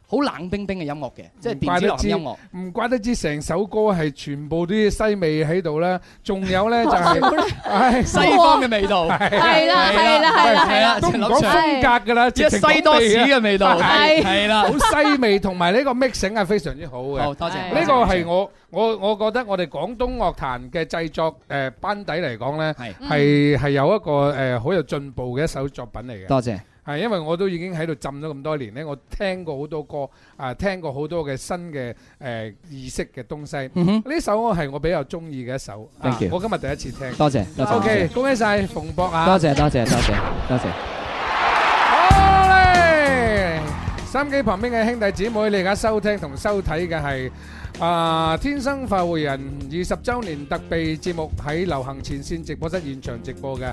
Speaker 7: 好冷冰冰嘅音樂嘅，即係電子流行音樂。
Speaker 2: 唔怪得知成首歌係全部啲西味喺度啦，仲有咧就係唉
Speaker 7: 西方嘅味道，
Speaker 2: 係
Speaker 5: 啦係啦係啦係啦
Speaker 2: 都唔講風格㗎啦，直情講
Speaker 7: 一西多士嘅味道
Speaker 2: 係
Speaker 7: 係啦
Speaker 2: 好西味同埋呢個 mixing 係非常之好嘅。
Speaker 7: 好多謝
Speaker 2: 呢個係我我我覺得我哋廣東樂壇嘅製作誒班底嚟講咧，
Speaker 7: 係
Speaker 2: 係係有一個誒好有進步嘅一首作品嚟嘅。
Speaker 7: 多謝。
Speaker 2: 係因為我都已經喺度浸咗咁多年咧，我聽過好多歌，啊聽過好多嘅新嘅誒、呃意識嘅東西。
Speaker 7: 嗯哼
Speaker 2: 呢首我係我比較中意嘅一首啊
Speaker 7: Thank you
Speaker 2: 我今日第一次聽。
Speaker 7: 多謝多謝
Speaker 2: OK，恭喜晒馮博啊！
Speaker 7: 多謝多謝多謝多謝。
Speaker 2: 好嘞，心機旁邊嘅兄弟姊妹，你而家收聽同收睇嘅係啊《天生快活人》二十週年特備節目喺流行前線直播室現場直播嘅。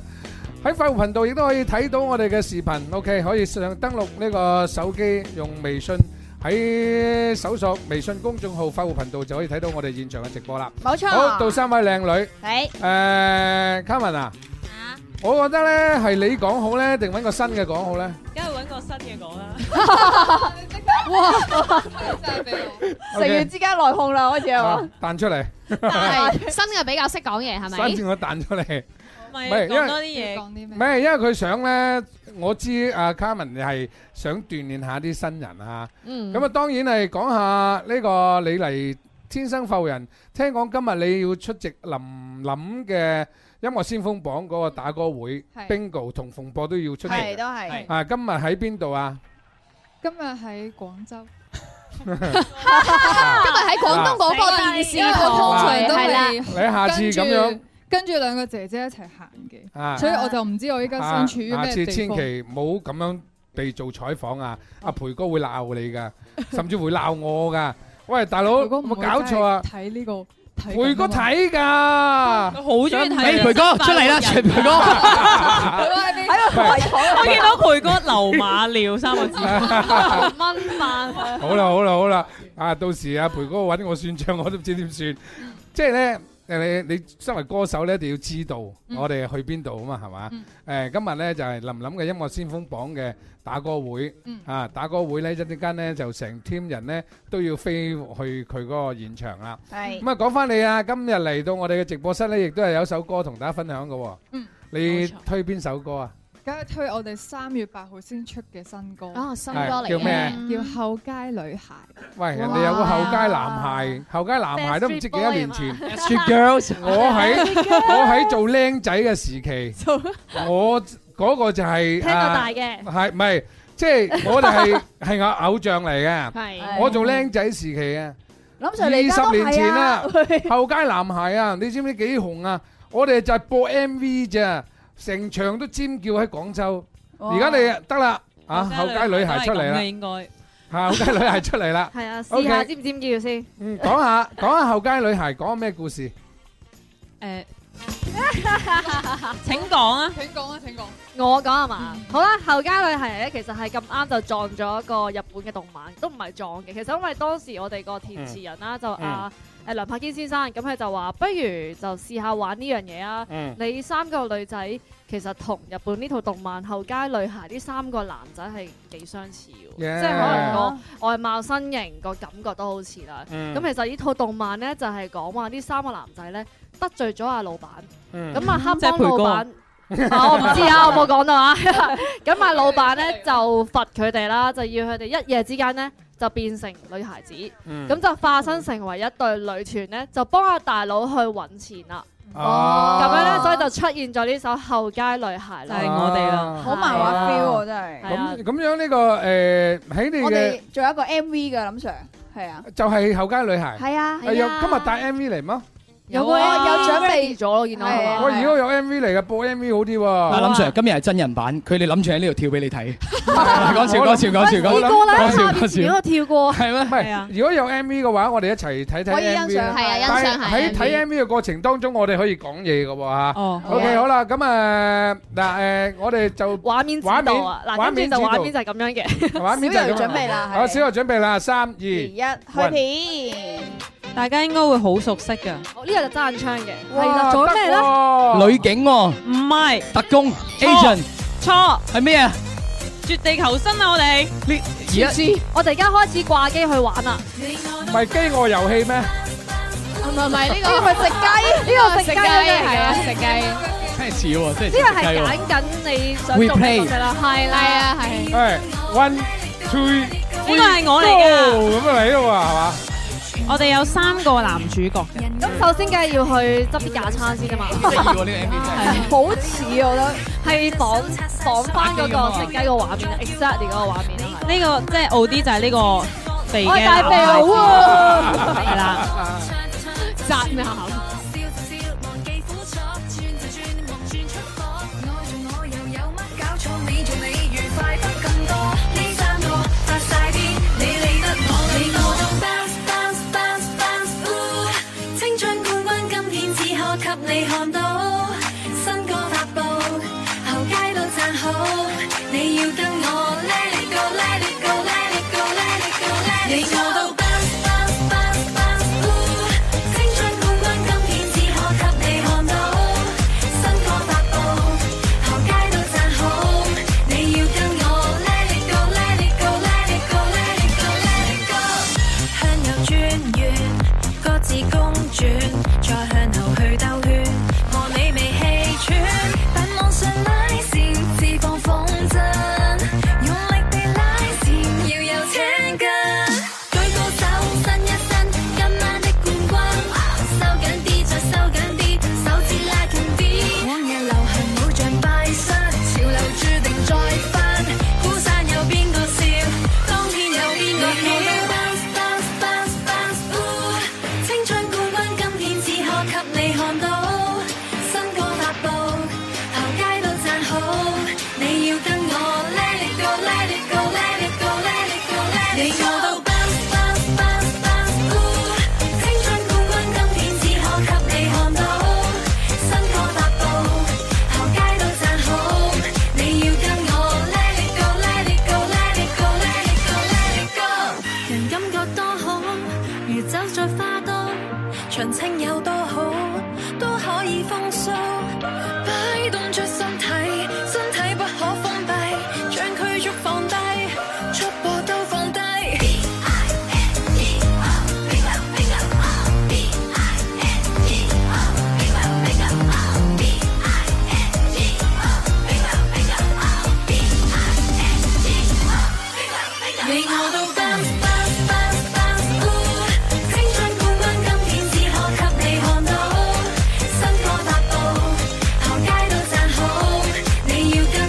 Speaker 2: 喺快活頻道亦都可以睇到我哋嘅視頻，OK 可以上登錄呢個手機用微信喺搜索微信公眾號快活頻道就可以睇到我哋現場嘅直播啦。
Speaker 4: 冇錯
Speaker 2: 好，到三位靚女，
Speaker 4: 係
Speaker 2: 誒卡文啊，我覺得咧係你講好咧，定揾個新嘅講好咧？
Speaker 12: 梗係揾個新嘅講 啦。
Speaker 4: 哇！成員之間內訌啦，開始係嘛？
Speaker 2: 啊彈出嚟，
Speaker 5: 係新嘅比較識講嘢係咪
Speaker 2: 反？正我彈出嚟。
Speaker 12: 咪
Speaker 2: 唔係因為
Speaker 12: 講多啲嘢，
Speaker 2: 唔係，因為佢想咧，我知阿卡文係想鍛鍊下啲新人啊。
Speaker 6: Ừ.
Speaker 12: 嗯
Speaker 2: 咁啊，當然係講下呢個你嚟天生浮人。聽講今日你要出席林林嘅音樂先鋒榜嗰個打歌會
Speaker 9: 係
Speaker 2: ，Bingo 同馮博都要出席。
Speaker 9: 係都係
Speaker 2: 啊，今日喺邊度啊？
Speaker 9: 今日喺 廣州，
Speaker 5: 今日喺廣東廣播電視台，
Speaker 9: 通
Speaker 8: 啊
Speaker 9: 常都
Speaker 5: 係啦
Speaker 9: 係。
Speaker 2: 你下次咁樣。
Speaker 9: 跟住兩個姐姐一齊行
Speaker 2: 啊
Speaker 9: 嘅，所以我就唔知我依家身處於
Speaker 2: 啊下次
Speaker 9: 咩地
Speaker 2: 千
Speaker 9: 方。
Speaker 2: 祈唔好咁樣被做採訪啊！阿培哥會鬧你噶，甚至會鬧我噶。喂，大佬，有冇搞錯啊？
Speaker 9: 睇呢個
Speaker 2: 培哥睇㗎，
Speaker 12: 好中意睇
Speaker 2: 哎
Speaker 12: 啊培哥出嚟啦全培哥
Speaker 4: 喺
Speaker 2: 個櫃台
Speaker 12: 我見到培哥流馬尿三個字， 蚊飯。
Speaker 2: 好啦好啦好啦，啊到時阿培哥揾我算賬，我都唔知點算。即係咧，誒你你身為歌手咧，一定要知道
Speaker 7: 嗯
Speaker 2: 我哋去邊度啊嘛，係嘛？誒、今日咧就係、林林嘅音樂先鋒榜嘅打歌會，
Speaker 7: 嗯
Speaker 2: 啊打歌會咧一陣間咧就成 team 人咧都要飛去佢嗰個現場啦。
Speaker 4: 係
Speaker 2: 咁啊，講翻你啊，今日嚟到我哋嘅直播室咧，亦都係有首歌同大家分享嘅喎。
Speaker 9: 嗯
Speaker 2: 你推邊首歌啊？
Speaker 9: 梗係推我哋三月八號先出嘅新歌。
Speaker 5: 哦，
Speaker 2: 新歌嚟嘅叫咩
Speaker 9: 叫《後街女孩》。
Speaker 2: 喂，人哋有個後街男孩，後街男孩都唔知幾多年前
Speaker 7: Backstreet Girls
Speaker 2: 我喺我喺做僆仔嘅時期，我嗰個就係啊
Speaker 12: 聽過大嘅
Speaker 2: 係唔係？即係我哋係係我偶像嚟嘅
Speaker 12: 係，
Speaker 2: 我做僆仔時期啊，
Speaker 4: 林 Sir，
Speaker 2: 二
Speaker 4: 你而家
Speaker 2: 十
Speaker 4: 都
Speaker 2: 年前
Speaker 4: 係
Speaker 2: 啦
Speaker 4: 啊，
Speaker 2: 後街男孩啊，你知唔知幾紅啊？我哋就係播 MV 咋，成場都尖叫喺廣州。
Speaker 8: 哇
Speaker 2: 而家你得啦，啊後街女孩出嚟啦，
Speaker 12: 應該
Speaker 2: 啊後街女孩出嚟啦，
Speaker 8: 係啊，試
Speaker 2: OK 嗯
Speaker 8: 下尖唔尖叫先。
Speaker 2: 講下講下後街女孩講咩故事？
Speaker 12: 誒，
Speaker 8: 請講啊！
Speaker 9: 請講啊，請講。
Speaker 8: 我講係嘛？好啦，後街旅行咧，其實係咁啱就撞咗一個日本嘅動漫，都唔係撞嘅。其實因為當時我哋個填詞人
Speaker 6: 嗯
Speaker 8: 啦，就啊誒梁柏堅先生，咁佢就話不如就試下玩呢樣嘢啊！
Speaker 6: 嗯
Speaker 8: 你三個女仔其實同日本呢套動漫《後街旅行》呢三個男仔係幾相似喎，即係
Speaker 6: Yeah
Speaker 8: 可能個外貌、身形、個感覺都好似啦。
Speaker 6: 嗯
Speaker 8: 咁其實呢套動漫咧就係講話呢三個男仔咧得罪咗阿老闆，
Speaker 6: 嗯
Speaker 8: 咁啊黑
Speaker 6: 即係
Speaker 8: 幫
Speaker 6: 培
Speaker 8: 老
Speaker 6: 哥
Speaker 8: 闆。啊我唔知啊，
Speaker 6: Ờ.
Speaker 8: 我冇講到 啊。咁啊，老闆咧就罰佢哋啦，就要佢哋一夜之間咧就變成女孩子，咁、
Speaker 6: 嗯
Speaker 8: 就化身成為一隊女團咧，就幫阿大佬去揾錢啦。
Speaker 6: 哦
Speaker 8: 咁樣咧，所以就出現咗呢首《後街女孩》啦。哦
Speaker 2: 係我哋啦
Speaker 4: 好漫畫 feel 喎，真
Speaker 8: 係啊
Speaker 2: 咁
Speaker 4: 係。
Speaker 2: 咁樣呢個誒喺你
Speaker 4: 我
Speaker 2: 嘅
Speaker 4: 哋仲有一個 MV 嘅林 Sir，係啊，
Speaker 2: 就係哎後街女孩。
Speaker 4: 係啊
Speaker 2: 有今日帶 MV 嚟嗎？
Speaker 4: 有個有
Speaker 2: 啊
Speaker 4: 準備
Speaker 8: 咗咯，見到
Speaker 4: 係啊
Speaker 2: 我如果有 MV 嚟嘅，播 MV 好啲喎。
Speaker 7: 阿 林 Sir 今日係真人版，佢哋諗住喺呢度跳俾你睇。
Speaker 8: 試過啦，喺下面前嗰
Speaker 7: 講笑講笑講笑講笑講笑講笑
Speaker 8: 度。跳過。
Speaker 7: 係咩？
Speaker 2: 係啊！如果有 MV 嘅話，我哋一齊睇睇
Speaker 8: 可以欣
Speaker 2: MV 啦
Speaker 8: 賞係啊欣賞
Speaker 2: 但
Speaker 8: 下
Speaker 2: 喺
Speaker 8: MV
Speaker 2: 睇 MV 嘅過程當中，我哋可以講嘢嘅喎嚇。
Speaker 8: 哦好
Speaker 2: OK，
Speaker 8: 啊
Speaker 2: 好啦，咁誒嗱誒，我哋就
Speaker 8: 畫面指
Speaker 2: 畫
Speaker 8: 導
Speaker 2: 面
Speaker 8: 啊，嗱，
Speaker 2: 畫
Speaker 8: 跟
Speaker 2: 面
Speaker 8: 住就畫面
Speaker 2: 指
Speaker 8: 就係咁樣嘅。
Speaker 2: 導， 畫面就係咁
Speaker 12: 小遊準備啦係
Speaker 2: 好，小遊準備啦，三二
Speaker 4: 一
Speaker 2: 一
Speaker 4: 開片。
Speaker 12: 大家應該會好熟悉㗎。
Speaker 8: 哦呢個就揸眼槍嘅，
Speaker 12: 哇
Speaker 8: 係啦，做咗咩
Speaker 12: 得
Speaker 8: 咧？
Speaker 12: 喎
Speaker 7: 女警喎，
Speaker 12: 唔係
Speaker 7: 特工 agent
Speaker 12: 錯，
Speaker 7: 係咩啊？
Speaker 12: 絕地求生啊！我哋
Speaker 7: 呢而家
Speaker 8: 我哋而家開始掛機去玩啦。
Speaker 2: 唔係飢餓遊戲咩？
Speaker 5: 唔係唔係呢個
Speaker 8: 呢個咪食雞
Speaker 5: 呢個食
Speaker 8: 呢個食雞
Speaker 5: 雞係啊
Speaker 8: 嚟㗎
Speaker 5: 食雞。
Speaker 7: 真係似喎，真
Speaker 8: 呢
Speaker 7: 係似
Speaker 8: 個係
Speaker 7: 雞喎
Speaker 8: 揀緊你想
Speaker 7: We
Speaker 8: 做嘅
Speaker 7: play
Speaker 8: 嘢啦，係啦，
Speaker 5: 係啊係
Speaker 2: 係 one two，呢
Speaker 12: 個係我嚟㗎
Speaker 2: 咁啊嚟咯喎，係嘛？
Speaker 12: 我哋有三個男主角嘅。
Speaker 8: 咁首先梗係要去執啲架撐先啊嘛。
Speaker 12: 得意喎呢個
Speaker 8: MV 好似我覺得係仿仿翻嗰個食雞個畫面啊，exactly 嗰個畫面啊。
Speaker 12: 呢個即係 O D 就係呢個肥
Speaker 8: 我
Speaker 12: 嘅
Speaker 8: 係大肥佬 喎
Speaker 12: 係啦，
Speaker 5: 宅男。
Speaker 6: 你要跟我let it go，let it go，let it go，let it go。用力地拉線，要有青筋。舉高手，伸一伸，今晚的冠軍。收緊啲，再收緊啲，手指拉近啲。往日流行舞像拜山，潮流注定再翻。孤山有邊個笑？當天有邊個曉？Bounce bounce bounce bounce，ooh，青春冠軍今天只可給你看到，新歌發布，行街都讚好。你要跟我 Let it go，Let it go，Let it go，Let it go，Let it go。你我都 bounce bounce bounce bounce，ooh。青春冠軍今天只可給你看到，新歌發布，行街都讚好。你要跟我 Let it go，Let it go，Let it go，Let it go，Let it go。人感覺多好，如走在花都，長青有多好，都可以風騷。擺動着身體，身體不可封閉，將驅逐放低，速播都放低。你我都 bounce bounce bounce bounce ooh，青春冠軍今天只可給你看到，新歌發布，行街都讚好，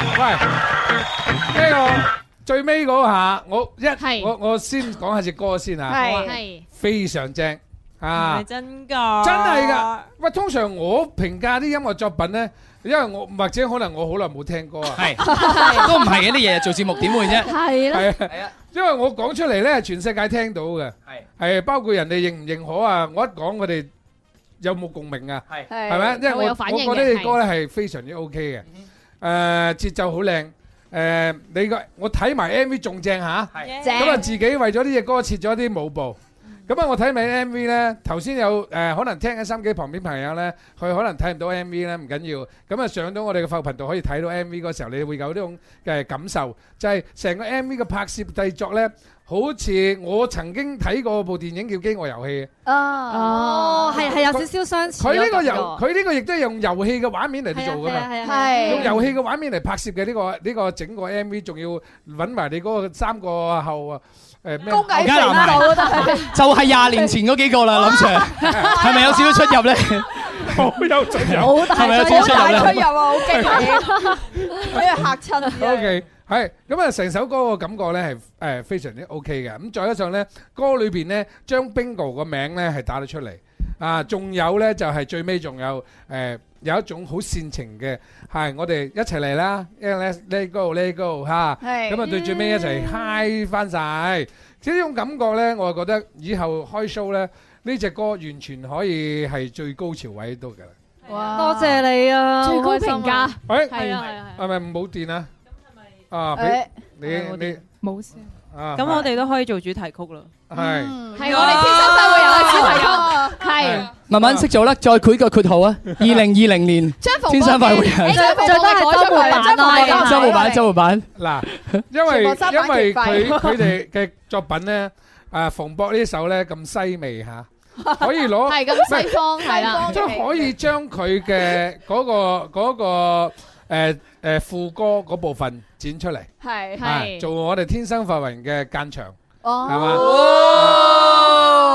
Speaker 2: 喂，呢個最尾嗰下，我一我我先講下只歌先啊，
Speaker 12: 係
Speaker 2: 好啊
Speaker 12: 係
Speaker 2: 非常正啊
Speaker 12: 係！真㗎，
Speaker 2: 真係㗎！喂，通常我評價啲音樂作品咧，因為我或者可能我好耐冇聽歌啊，
Speaker 7: 係 都唔係嘅，你日日做節目點會啫？
Speaker 2: 係啦，係啊，因為我講出嚟咧，全世界聽到嘅，係係包括人哋認唔認可啊，我一講佢哋有冇共鳴啊，係係咪？因為我
Speaker 5: 有反應嘅
Speaker 2: 我覺得呢歌咧係非常之 OK 嘅，誒節奏好靚。誒，你個我睇埋 MV 仲正嚇，
Speaker 4: 係正
Speaker 2: 咁啊自己為咗呢只歌設咗啲舞步。咁啊，我睇埋 MV 咧，頭先有誒可能聽緊心機旁邊朋友咧，佢可能睇唔到 MV 咧，唔緊要。咁啊，上到我哋嘅埠頻道可以睇到 MV 嗰時候，你會有呢種嘅感受，就係成個 MV 嘅拍攝製作咧，好似我曾經睇過部電影叫《飢餓遊戲》。
Speaker 8: 哦，係係有少少相似。
Speaker 2: 佢呢個遊，
Speaker 8: 我
Speaker 2: 佢呢個亦都係用遊戲嘅畫面嚟做㗎
Speaker 8: 係啊係啊係
Speaker 2: 嘛，
Speaker 8: 啊
Speaker 2: 用遊戲嘅畫面嚟拍攝嘅呢個呢個整個 MV，仲要揾埋你嗰個三個後啊誒咩？
Speaker 4: 高
Speaker 7: 而家男 就係廿年前嗰幾個啦，林 Sir 係咪有少少出入咧？
Speaker 2: 好 有出
Speaker 7: 入，係咪有少少
Speaker 4: 好大
Speaker 7: 出入
Speaker 4: 出
Speaker 7: 咧
Speaker 4: 入？啊！好激啊！俾佢嚇親啊。
Speaker 2: O K，係咁啊，成首歌嘅感覺咧係誒非常之 O K 嘅。咁再加上咧，歌裏邊咧將 Bingo 個名咧係打咗出嚟啊，仲有咧就係最尾仲有誒有一種好煽情嘅，係我哋一齊嚟啦，因為咧 Let Go Let Go 嚇，
Speaker 1: 係
Speaker 2: 咁啊對最尾一齊 high 翻晒。即係呢種感覺咧，我覺得以後開 show 咧呢只歌完全可以係最高潮位度㗎啦。
Speaker 8: 多謝你啊，
Speaker 5: 最高
Speaker 8: 好開心啊
Speaker 5: 評價
Speaker 2: 誒，
Speaker 8: 係啊係啊。
Speaker 2: 係咪冇電啊？啊，俾你你
Speaker 9: 冇聲。
Speaker 2: 啊，
Speaker 12: 咁我哋都可以做主題曲啦。
Speaker 2: 係
Speaker 5: 係我哋天生快活人嘅主題曲，係。
Speaker 7: 慢慢識做啦，再括個括號啊！二零二零年天生快活人，周末版，周末版。
Speaker 2: 嗱，因為
Speaker 7: 全部三版
Speaker 2: 因為佢
Speaker 7: 權貴
Speaker 2: 佢哋嘅作品咧，啊馮博呢首咧咁西味嚇，可以 攞
Speaker 5: 係咁西方係啦
Speaker 6: Ờ,
Speaker 2: 即係可以將佢嘅嗰個嗰個誒誒副歌嗰部分剪出嚟，
Speaker 4: 係
Speaker 2: 啊做我哋天生快活人嘅間場。
Speaker 4: 哦，
Speaker 2: 係嘛？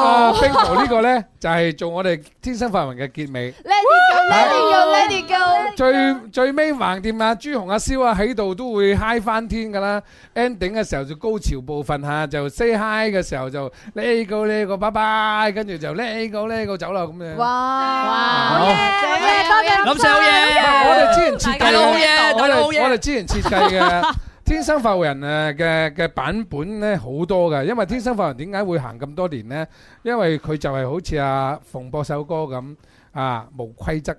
Speaker 2: 啊，bingo 呢個咧就係做我哋天生快活人嘅結尾。
Speaker 4: Let it go，Let it go，Let it go。
Speaker 2: 最最尾橫掂啊，朱紅阿蕭啊喺度都會 high 翻天噶啦。ending 嘅時候就高潮部分嚇，就 say hi 嘅時候就呢個呢個拜拜，跟住就呢個呢個走啦咁樣。
Speaker 4: 哇！
Speaker 2: 好
Speaker 4: 多謝
Speaker 7: 林 Sir 好嘢
Speaker 2: 我哋之前設
Speaker 7: 大
Speaker 2: 計
Speaker 7: 家好
Speaker 2: 嘅，
Speaker 7: 嘢
Speaker 2: 我
Speaker 7: 大家
Speaker 2: 哋
Speaker 7: 好嘢
Speaker 2: 我哋之前設計嘅天生發人誒嘅嘅版本咧好多嘅，因為天生發人點解會行咁多年咧？因為佢就係好似阿馮博首歌咁啊，無規則。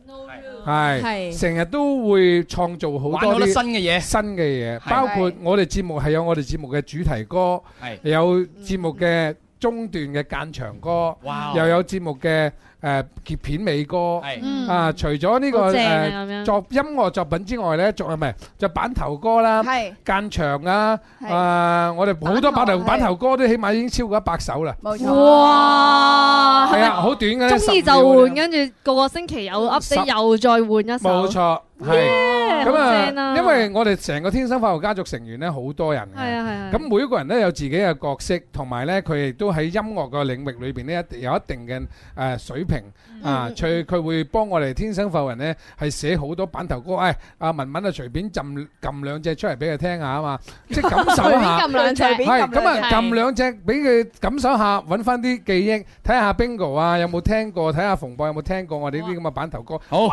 Speaker 2: 係
Speaker 7: 係
Speaker 2: 成日都會創造好
Speaker 7: 玩好
Speaker 2: 多
Speaker 7: 多
Speaker 2: 啲
Speaker 7: 新嘅嘢
Speaker 2: 新嘅嘢，包括我哋節目係有我哋節目嘅主題歌，
Speaker 7: 係
Speaker 2: 有節目嘅中段嘅間場歌
Speaker 7: 哇，
Speaker 2: 又有節目嘅誒結片尾歌
Speaker 7: 係。
Speaker 1: 嗯
Speaker 2: 啊，除咗呢個
Speaker 1: 好正啊咁
Speaker 2: 誒
Speaker 1: 樣
Speaker 2: 作音樂作品之外咧，仲係咪就版頭歌啦
Speaker 4: 係、
Speaker 2: 間場啊，
Speaker 4: 係
Speaker 2: 啊，我哋好多版頭版頭歌都起碼已經超過一百首啦。
Speaker 4: 冇錯。
Speaker 8: 哇！
Speaker 2: 係啊，好短嘅啫，
Speaker 8: 中意就
Speaker 2: 10秒嘅啫
Speaker 8: 換，跟住個個星期有 update，
Speaker 2: 十
Speaker 8: 又再換一首。
Speaker 2: 冇錯，係
Speaker 8: Yeah，好
Speaker 2: 咁
Speaker 8: 正
Speaker 2: 啊，
Speaker 8: 啊
Speaker 2: 因為我哋成個天生快活家族成員咧，好多人嘅。
Speaker 8: 係啊係啊。
Speaker 2: 咁每一個人咧有自己嘅角色，同埋咧佢亦都喺音樂嘅領域裏邊咧一定有一定嘅誒水平啊！佢佢會幫我哋天生浮人咧係寫好多版頭歌，誒阿文文啊隨便撳撳兩隻出嚟俾佢聽下啊嘛，即係感受一下。
Speaker 5: 隨便撳兩隻隨便撳
Speaker 2: 係
Speaker 5: 兩隻
Speaker 2: 咁啊，撳兩隻俾佢感受下，揾翻啲記憶，睇下 Bingo 啊有冇聽過，睇下馮博有冇聽過我哋呢啲咁嘅版頭歌。
Speaker 7: 好，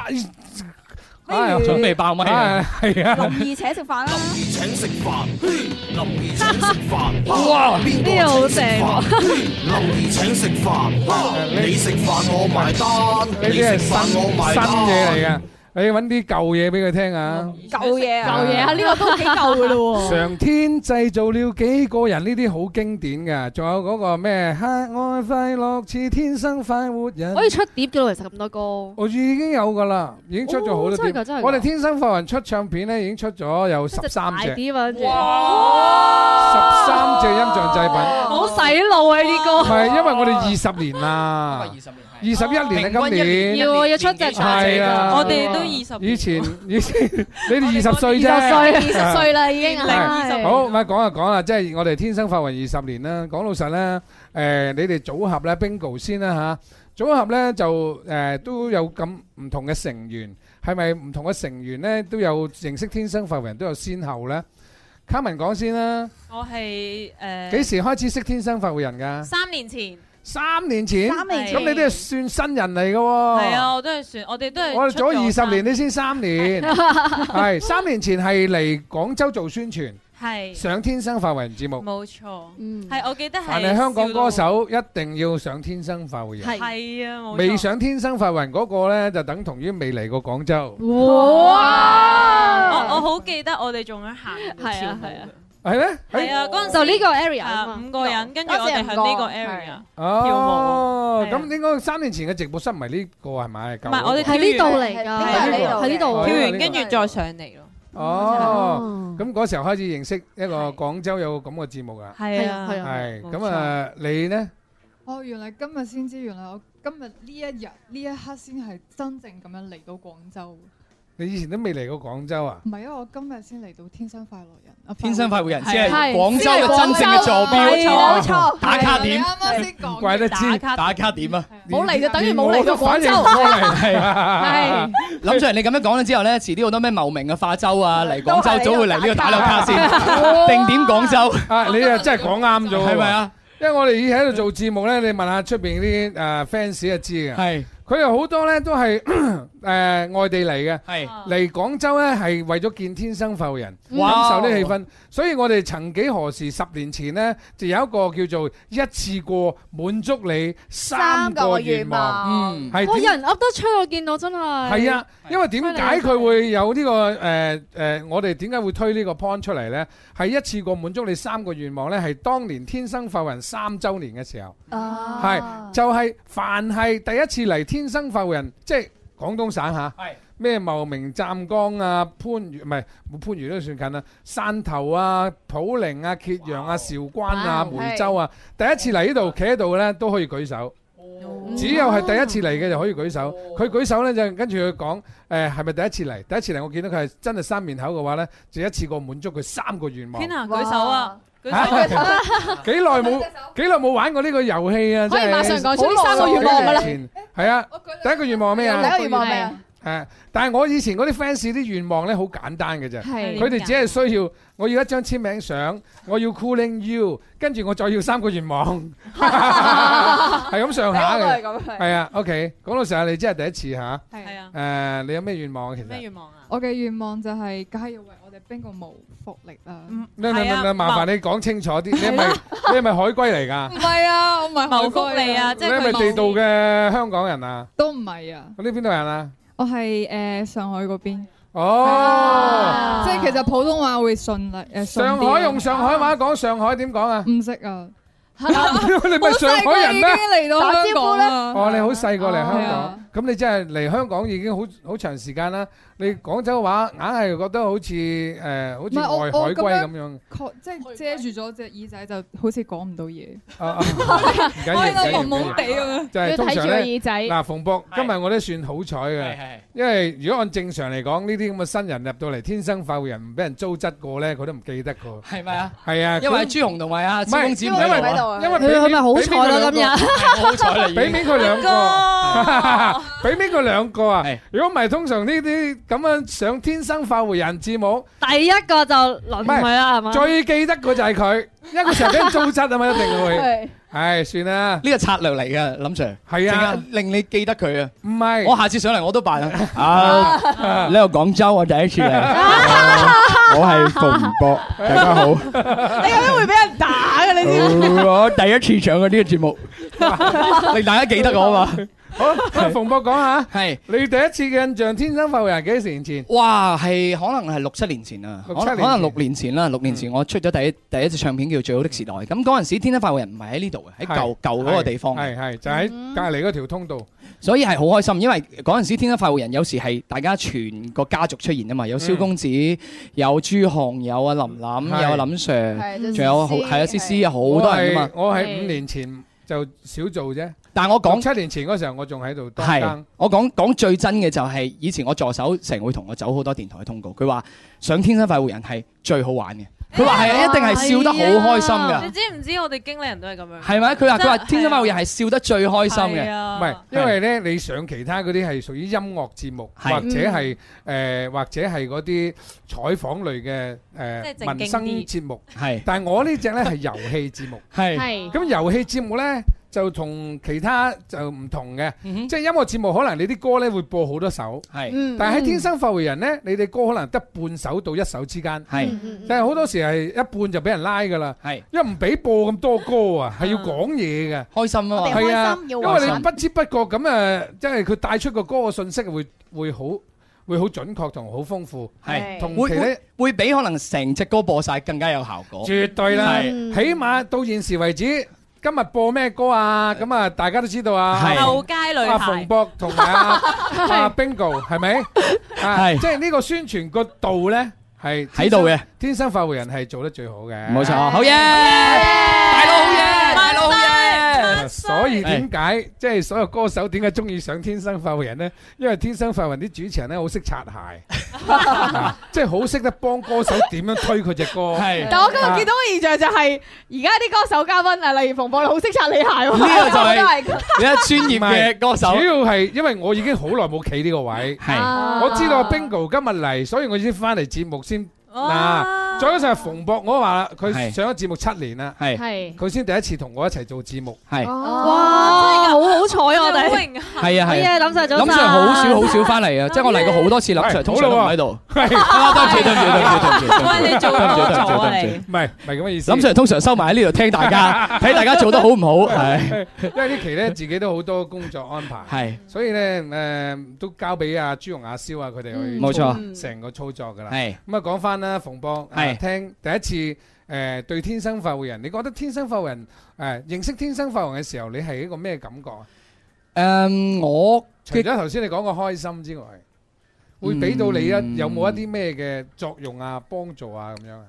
Speaker 2: 哎
Speaker 7: 準備爆咪啊
Speaker 2: 哎係啊！
Speaker 4: 林兒請食飯啦。
Speaker 10: 林兒請食飯，林兒請食飯，
Speaker 4: 哇
Speaker 10: 邊
Speaker 4: 呢個好
Speaker 10: 個請食飯？林兒
Speaker 4: 正
Speaker 10: 請食飯，你食飯我埋
Speaker 2: 呢
Speaker 10: 單，你
Speaker 2: 啲係
Speaker 10: 食飯
Speaker 2: 新
Speaker 10: 我埋
Speaker 2: 新
Speaker 10: 單。
Speaker 2: 嘢嚟嘅，你揾啲舊嘢俾佢聽啊！
Speaker 4: 舊嘢
Speaker 5: à?
Speaker 4: 啊！
Speaker 2: 舊嘢啊呢個
Speaker 5: 都幾舊噶咯
Speaker 2: 上天製造了幾個人呢啲好經典㗎，仲有嗰個咩黑愛快樂似天生快活人，
Speaker 8: 可以出碟嘅咯，其實咁多歌。
Speaker 2: 我已經有㗎啦，已經出咗好多
Speaker 8: 哦
Speaker 2: 碟
Speaker 8: 真係㗎真係。㗎
Speaker 2: 我哋天生快活人出唱片咧，已經出咗有十三隻，
Speaker 8: 碟啊，跟住
Speaker 2: 十三隻音像製品。
Speaker 8: 好洗腦啊！呢啲歌
Speaker 2: 唔係，因為我哋二十年啦，二十年，二十一年啦，今年
Speaker 8: 要啊要出隻
Speaker 2: 係啊，
Speaker 12: 我哋都二
Speaker 2: 以前以前你哋二十歲啫，
Speaker 5: 二十歲二十歲啦已經
Speaker 2: 係
Speaker 5: 啊係
Speaker 2: 好，咪講就講啦，即係我哋天生發運二十年啦。講老實啦，誒，你哋組合咧，Bingo 先啦嚇。組合咧就誒都有咁唔同嘅成員，係咪唔同嘅成員咧都有認識天生發人都有先後咧？卡文講先啦，
Speaker 12: 我係誒
Speaker 2: 幾時開始識天生發人㗎？
Speaker 12: 三年前。
Speaker 2: 三年前，
Speaker 12: 三年
Speaker 2: 咁
Speaker 12: 前
Speaker 2: 你都係算新人嚟嘅喎。
Speaker 12: 係啊，我都係算，我哋都係
Speaker 2: 我哋
Speaker 12: 出
Speaker 2: 做咗二
Speaker 12: 三
Speaker 2: 十年，你先三 年，係三年前係嚟廣州做宣傳，
Speaker 12: 係
Speaker 2: 上天生發人節目。
Speaker 12: 冇錯，係我記得係
Speaker 2: 但係香港歌
Speaker 12: 笑
Speaker 2: 手一定要上天生發
Speaker 12: 到
Speaker 2: 人。
Speaker 12: 係啊，冇錯
Speaker 2: 未上天生發雲嗰個咧，就等同於未嚟過廣州。
Speaker 12: 哇！我我好記得我哋仲喺行條
Speaker 8: 係啊
Speaker 12: 舞
Speaker 8: 係啊
Speaker 2: 係咧？
Speaker 12: 係啊，嗰陣
Speaker 8: 就呢個 area 啊嘛
Speaker 12: 啊五個人，跟住我哋
Speaker 8: 多謝
Speaker 12: 喺呢
Speaker 8: 唔
Speaker 12: 個
Speaker 8: 過
Speaker 12: area。
Speaker 2: 哦，咁應該三年前嘅直播室唔係呢個係咪？唔
Speaker 12: 唔係我哋跳完
Speaker 2: 係呢度
Speaker 12: 跳完跟住再上嚟咯。
Speaker 2: 哦，咁嗰時候開始認識一個廣州有個咁嘅節目啊。
Speaker 12: 係啊係啊
Speaker 2: 係
Speaker 12: 冇
Speaker 2: 咁啊，你呢？
Speaker 9: 哦，原來今日先知，原來我今日呢一日呢一刻先係真正咁樣嚟到廣州。
Speaker 2: 你以前都未嚟過廣州啊？
Speaker 9: 唔係啊，我今日先嚟到天生快樂人。啊
Speaker 7: 天生快活人
Speaker 9: 係
Speaker 7: 只係
Speaker 9: 係
Speaker 7: 廣州嘅真正嘅坐標，
Speaker 9: 係冇錯
Speaker 7: 打卡點
Speaker 9: 係你啱啱先講，
Speaker 7: 唔 怪得
Speaker 9: 打
Speaker 7: 知打卡點啊！
Speaker 5: 冇嚟就等於
Speaker 7: 連
Speaker 5: 冇
Speaker 7: 我
Speaker 5: 嚟
Speaker 7: 都
Speaker 5: 過廣
Speaker 7: 反
Speaker 5: 州
Speaker 7: 應唔過 嚟，係
Speaker 5: 係
Speaker 7: 啊！林 Sir，你咁樣講咗之後咧，遲啲好多咩茂名嘅化州啊，嚟廣州
Speaker 2: 都係
Speaker 7: 早會嚟呢度打兩卡先，
Speaker 2: 哇
Speaker 7: 定點廣州
Speaker 2: 啊！你啊真係講啱咗，
Speaker 7: 係咪啊？？
Speaker 2: 因為我哋以前喺度做節目咧，你問下出邊啲誒 fans 就知嘅。
Speaker 7: 係，
Speaker 2: 佢有好多咧都係 誒外地嚟嘅。
Speaker 7: 係
Speaker 2: 嚟廣州咧係為咗見天生浮人，感
Speaker 7: 哇
Speaker 2: 受啲氣氛。所以我哋曾幾何時十年前咧，就有一個叫做一次過滿足你三個願望。
Speaker 8: 嗯
Speaker 2: 係
Speaker 8: 哇！有
Speaker 2: 點
Speaker 8: 人噏得出，我見到真係。
Speaker 2: 係啊，因為點解佢會有呢、個誒誒、我哋點解會推呢個 point 出嚟呢？係一次過滿足你三個願望呢，係當年天生發雲三週年嘅時候，
Speaker 6: 哦
Speaker 2: 係、就係、凡係第一次嚟天生發雲，即係廣東省嚇。咩茂名、湛江啊、番禺唔係番禺都算近啦，汕頭啊、普寧啊、揭陽啊、韶關啊、
Speaker 7: 哇
Speaker 2: 梅州啊，第一次嚟呢度企喺度呢，都可以舉手。只有係第一次嚟嘅就可以舉
Speaker 4: 哦
Speaker 2: 手。佢舉手咧就跟住佢講，誒係咪第一次嚟？第一次嚟我見到佢係真係三面口嘅話咧，就一次過滿足佢三個願望。
Speaker 12: 天啊，舉手啊！舉
Speaker 2: 嚇！
Speaker 12: 手舉手啊！
Speaker 2: 幾耐冇幾耐冇玩過呢個遊戲啊！
Speaker 12: 可
Speaker 2: 真
Speaker 12: 以
Speaker 2: 係
Speaker 12: 馬上講出呢三個願望㗎啦
Speaker 2: 幾年前。係啊，第一個願望係咩啊？
Speaker 4: 第一個願望係咩啊？
Speaker 2: 誒，但係我以前嗰啲 fans 啲願望咧好簡單嘅啫，
Speaker 4: 係
Speaker 2: 佢哋只係需要我要一張簽名相，我要 cooling you，跟住我再要三個願 望，係咁上下
Speaker 12: 係
Speaker 2: 嘅，
Speaker 12: 咁係
Speaker 2: 係啊，OK，講到成日你真係第一次嚇，
Speaker 9: 係
Speaker 12: 啊
Speaker 2: 誒，你有咩願望啊？其實
Speaker 12: 咩願望啊？
Speaker 9: 我嘅願望就係梗係要為我哋邊個冇福啊力啦。
Speaker 12: 嗯
Speaker 2: 咩咩咩
Speaker 12: 啊
Speaker 2: 咩，麻煩你講清楚啲，你係咪你係咪海龜嚟㗎
Speaker 9: 唔？係啊，我唔係
Speaker 12: 謀
Speaker 9: 謀
Speaker 12: 福利啊即
Speaker 2: 你係咪地道嘅香港人啊？
Speaker 9: 都唔係啊，
Speaker 2: 咁你邊度人啊？
Speaker 9: 我係誒上海嗰邊，
Speaker 2: 哦，
Speaker 9: 即係其實普通話會順利誒。
Speaker 2: 上海用上海話講上海點講啊？
Speaker 9: 唔識啊！
Speaker 2: 你咪上海人咩？
Speaker 9: 嚟到
Speaker 4: 打
Speaker 9: 香
Speaker 4: 招呼
Speaker 9: 港
Speaker 4: 咧
Speaker 9: 啦。
Speaker 2: 哦，你好細個嚟香
Speaker 9: 係
Speaker 2: 港
Speaker 9: 啊，
Speaker 2: 咁你真係嚟香港已經好好長時間啦。你廣州話硬係覺得好似誒，好
Speaker 9: 唔係
Speaker 2: 似
Speaker 9: 我
Speaker 2: 外
Speaker 9: 我
Speaker 2: 海龜
Speaker 9: 咁樣
Speaker 2: 咁樣。
Speaker 9: 確即係遮住咗隻耳仔，就好似講唔到嘢。
Speaker 2: 啊啊唔 緊要唔緊要
Speaker 9: 我喺度懵懵地咁樣
Speaker 2: 就係通常
Speaker 9: 要睇住個
Speaker 2: 咧，
Speaker 9: 耳仔
Speaker 2: 嗱，馮博，今日我都算好彩嘅，因為如果按正常嚟講，呢啲咁嘅新人入到嚟，天生快活人唔俾人糟質過咧，佢都唔記得過。
Speaker 7: 係咪啊？
Speaker 2: 係啊，
Speaker 7: 因為
Speaker 2: 佢
Speaker 7: 朱紅同埋阿
Speaker 2: 唔係
Speaker 7: 蕭公子唔喺
Speaker 2: 因為
Speaker 7: 度啊，
Speaker 2: 因為俾面俾面佢兩個
Speaker 7: 好彩啦，已經
Speaker 2: 俾面佢兩個， 俾面佢兩個啊！如果唔係，通常呢啲咁樣上天生快活人字母，
Speaker 8: 第一個就輪佢啦，係嘛？
Speaker 2: 最記得嘅就係佢，因為佢成日俾人糟質啊嘛，一定會
Speaker 8: 係。
Speaker 2: 唉，算啦，
Speaker 7: 呢個策略嚟嘅，林 Sir
Speaker 2: 係啊
Speaker 7: 淨係令你記得佢啊。
Speaker 2: 唔係，
Speaker 7: 我下次上嚟我都扮啊。À, 啊，呢個廣州我第一次嚟，我係馮博，大家好。
Speaker 12: 你咁樣會俾人打 嘅，你知唔知？
Speaker 7: 我第一次上嘅呢個節目，令大家記得我啊嘛。
Speaker 2: 好，馮博講下，
Speaker 7: 係
Speaker 2: 你第一次嘅印象，天生快活人幾年前？
Speaker 7: 哇，係可能係六七年前啊，
Speaker 2: 六
Speaker 7: 可
Speaker 2: 七年前
Speaker 7: 能可能六年前啦，六年前我出咗第一第一隻唱片叫《最好的時代》。咁嗰陣時，天生快活人唔係喺呢度嘅，喺舊舊嗰個地方。
Speaker 2: 係係就喺隔離嗰條通道。
Speaker 7: 所以係好開心，因為嗰陣時天生快活人有時係大家全個家族出現啊嘛，有蕭公子，有朱紅，有阿林琳，
Speaker 2: 係
Speaker 7: 有阿林 Sir，
Speaker 2: 係
Speaker 7: 仲有好
Speaker 2: 有思思
Speaker 7: 係啊，思思有好多人啊嘛。
Speaker 2: 我係我係五年前就少做啫，
Speaker 7: 但我講
Speaker 2: 七年前嗰時候我仲喺度當
Speaker 7: 係
Speaker 2: 更，
Speaker 7: 我講講最真嘅就係以前我助手成日會同我走好多電台嘅通告，佢話上天生快活人係最好玩嘅，佢話係啊，一定係笑得好開心
Speaker 12: 你
Speaker 7: 㗎，
Speaker 12: 知唔知我哋經理人都係咁樣？
Speaker 7: 係咪？佢話佢話
Speaker 12: 真係
Speaker 7: 天生某嘢係笑得最開心
Speaker 12: 係
Speaker 7: 嘅，
Speaker 12: 啊
Speaker 2: 唔係，因為咧，你上其他嗰啲係屬於音樂節目，或
Speaker 7: 係
Speaker 2: 者係誒，或者係嗰啲採訪類嘅
Speaker 12: 即係
Speaker 2: 誒
Speaker 12: 正
Speaker 2: 民
Speaker 12: 經
Speaker 2: 生
Speaker 12: 啲
Speaker 2: 節目。
Speaker 7: 係，
Speaker 2: 但係我呢只咧係遊戲節目。
Speaker 7: 係
Speaker 5: 係
Speaker 2: 咁遊戲節目咧就同其他就唔同嘅，即係音樂節目可能你啲歌咧會播好多首，
Speaker 7: 係
Speaker 5: 嗯
Speaker 2: 但係喺《天生發回人》咧，你哋歌可能得半首到一首之間，
Speaker 7: 係嗯
Speaker 2: 但係好多時係一半就俾人拉㗎啦，
Speaker 7: 係
Speaker 2: 因為唔俾播咁多歌啊，係要講嘢嘅，
Speaker 7: 開心啊嘛
Speaker 2: 係啊
Speaker 7: 我哋開，心
Speaker 2: 因
Speaker 7: 要
Speaker 2: 為
Speaker 7: 玩
Speaker 2: 你不知不覺咁誒，即係佢帶出個歌嘅信息會會好會好準確同好豐富，
Speaker 7: 係
Speaker 2: 同
Speaker 7: 會
Speaker 2: 期咧
Speaker 7: 會。會比可能成隻歌播晒更加有效果，
Speaker 2: 絕對啦，
Speaker 7: 係
Speaker 2: 起碼到現時為止。今日播咩歌啊？咁啊，大家都知道啊。
Speaker 7: 係
Speaker 12: 後街女
Speaker 2: 阿
Speaker 12: 孩
Speaker 2: 馮博同埋 阿阿 Bingo 係咪？啊，
Speaker 7: 係
Speaker 2: 即係呢個宣傳個度咧係
Speaker 7: 喺度嘅。
Speaker 2: 天生發回人係做得最好嘅。
Speaker 7: 冇錯，好嘢，大佬好嘢，
Speaker 2: 所以點解即係所有歌手點解中意上天生發回人咧？因為天生發回人啲主持人咧好識 擦鞋，啊即係好識得幫歌手點樣推佢只歌。係
Speaker 5: 但我今日見到嘅現象就係，而家啲歌手嘉賓啊，例如馮博你好識擦你鞋喎，
Speaker 2: 呢個就係
Speaker 5: 我都
Speaker 7: 你一專業嘅歌手
Speaker 2: 唔係主要係因為我已經好耐冇企呢個位，
Speaker 7: 係
Speaker 5: 啊
Speaker 2: 我知道 Bingo 今日嚟，所以我先翻嚟節目先嗱。再加上馮博，我話佢
Speaker 7: 係
Speaker 2: 上咗節目七年啦，
Speaker 7: 係
Speaker 5: 係
Speaker 2: 佢先第一次同我一齊做節目，
Speaker 7: 係
Speaker 8: 哇，好好彩我哋，
Speaker 12: 好榮幸
Speaker 7: 係啊係
Speaker 8: 哎呀
Speaker 7: 啊，
Speaker 8: 林 Sir 早晨
Speaker 7: 林 Sir 好少好少翻嚟啊，即係我嚟過好多次，林 Sir 通常都唔喺度。啊對唔住對唔住對唔住對唔住
Speaker 12: 喂你做
Speaker 7: 對唔住對唔
Speaker 12: 多
Speaker 7: 住
Speaker 12: 咗啊
Speaker 7: 對唔
Speaker 12: 你
Speaker 7: 住
Speaker 2: 唔係唔係咁嘅意思。
Speaker 7: 林 Sir 通常收埋喺呢度聽 大家，睇大家做得好唔好，係
Speaker 2: 因為呢期咧自己都好多工作安排，
Speaker 7: 係
Speaker 2: 所以咧誒都交俾阿朱容、阿蕭啊佢哋去
Speaker 7: 嗯冇錯
Speaker 2: 操成個操作㗎啦。
Speaker 7: 係
Speaker 2: 咁啊，講翻啦，馮博誒
Speaker 7: 係
Speaker 2: 聽第一次誒對天生發育人，你覺得天生發育人誒認識天生發育人嘅時候，你係一個咩感覺啊？
Speaker 7: 誒我
Speaker 2: 除咗頭先你講個開心之外，會俾到你一有冇一啲咩嘅作用啊、幫助啊咁樣 啊？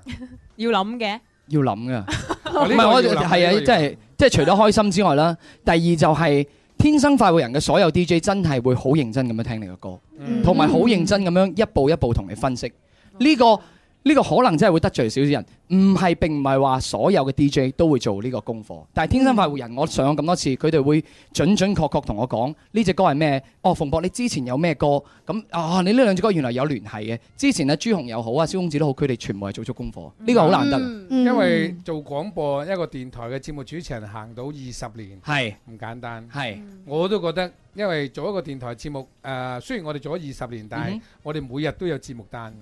Speaker 12: 要諗嘅。
Speaker 7: 要諗噶，
Speaker 2: 哦
Speaker 7: 唔
Speaker 2: 呢個
Speaker 7: 係我
Speaker 2: 要諗
Speaker 7: 係啊，
Speaker 2: 呢個要諗
Speaker 7: 即係即係除咗開心之外啦，第二就係天生快活人嘅所有 DJ 真係會好認真咁樣聽你嘅歌，
Speaker 2: 嗯
Speaker 7: 同埋好認真咁樣一步一步同你分析呢個。呢個可能真係會得罪少少人，唔係並唔係話所有嘅 DJ 都會做呢個功課，但係天生快活
Speaker 2: 嗯
Speaker 7: 人，我上咗咁多次，佢哋會準準確確同我講呢只歌係咩？哦，馮博你之前有咩歌？咁啊，你呢兩隻歌原來有聯繫嘅。之前啊，朱紅又好啊，蕭公子都好，佢哋全部係做足功課，呢個好難得。
Speaker 2: 因為做廣播一個電台嘅節目主持人行到二十年，
Speaker 7: 係
Speaker 2: 唔簡單。
Speaker 7: 係
Speaker 2: 我都覺得，因為做一個電台節目，誒雖然我哋做咗二十年，但係我哋每日都有節目單嘅。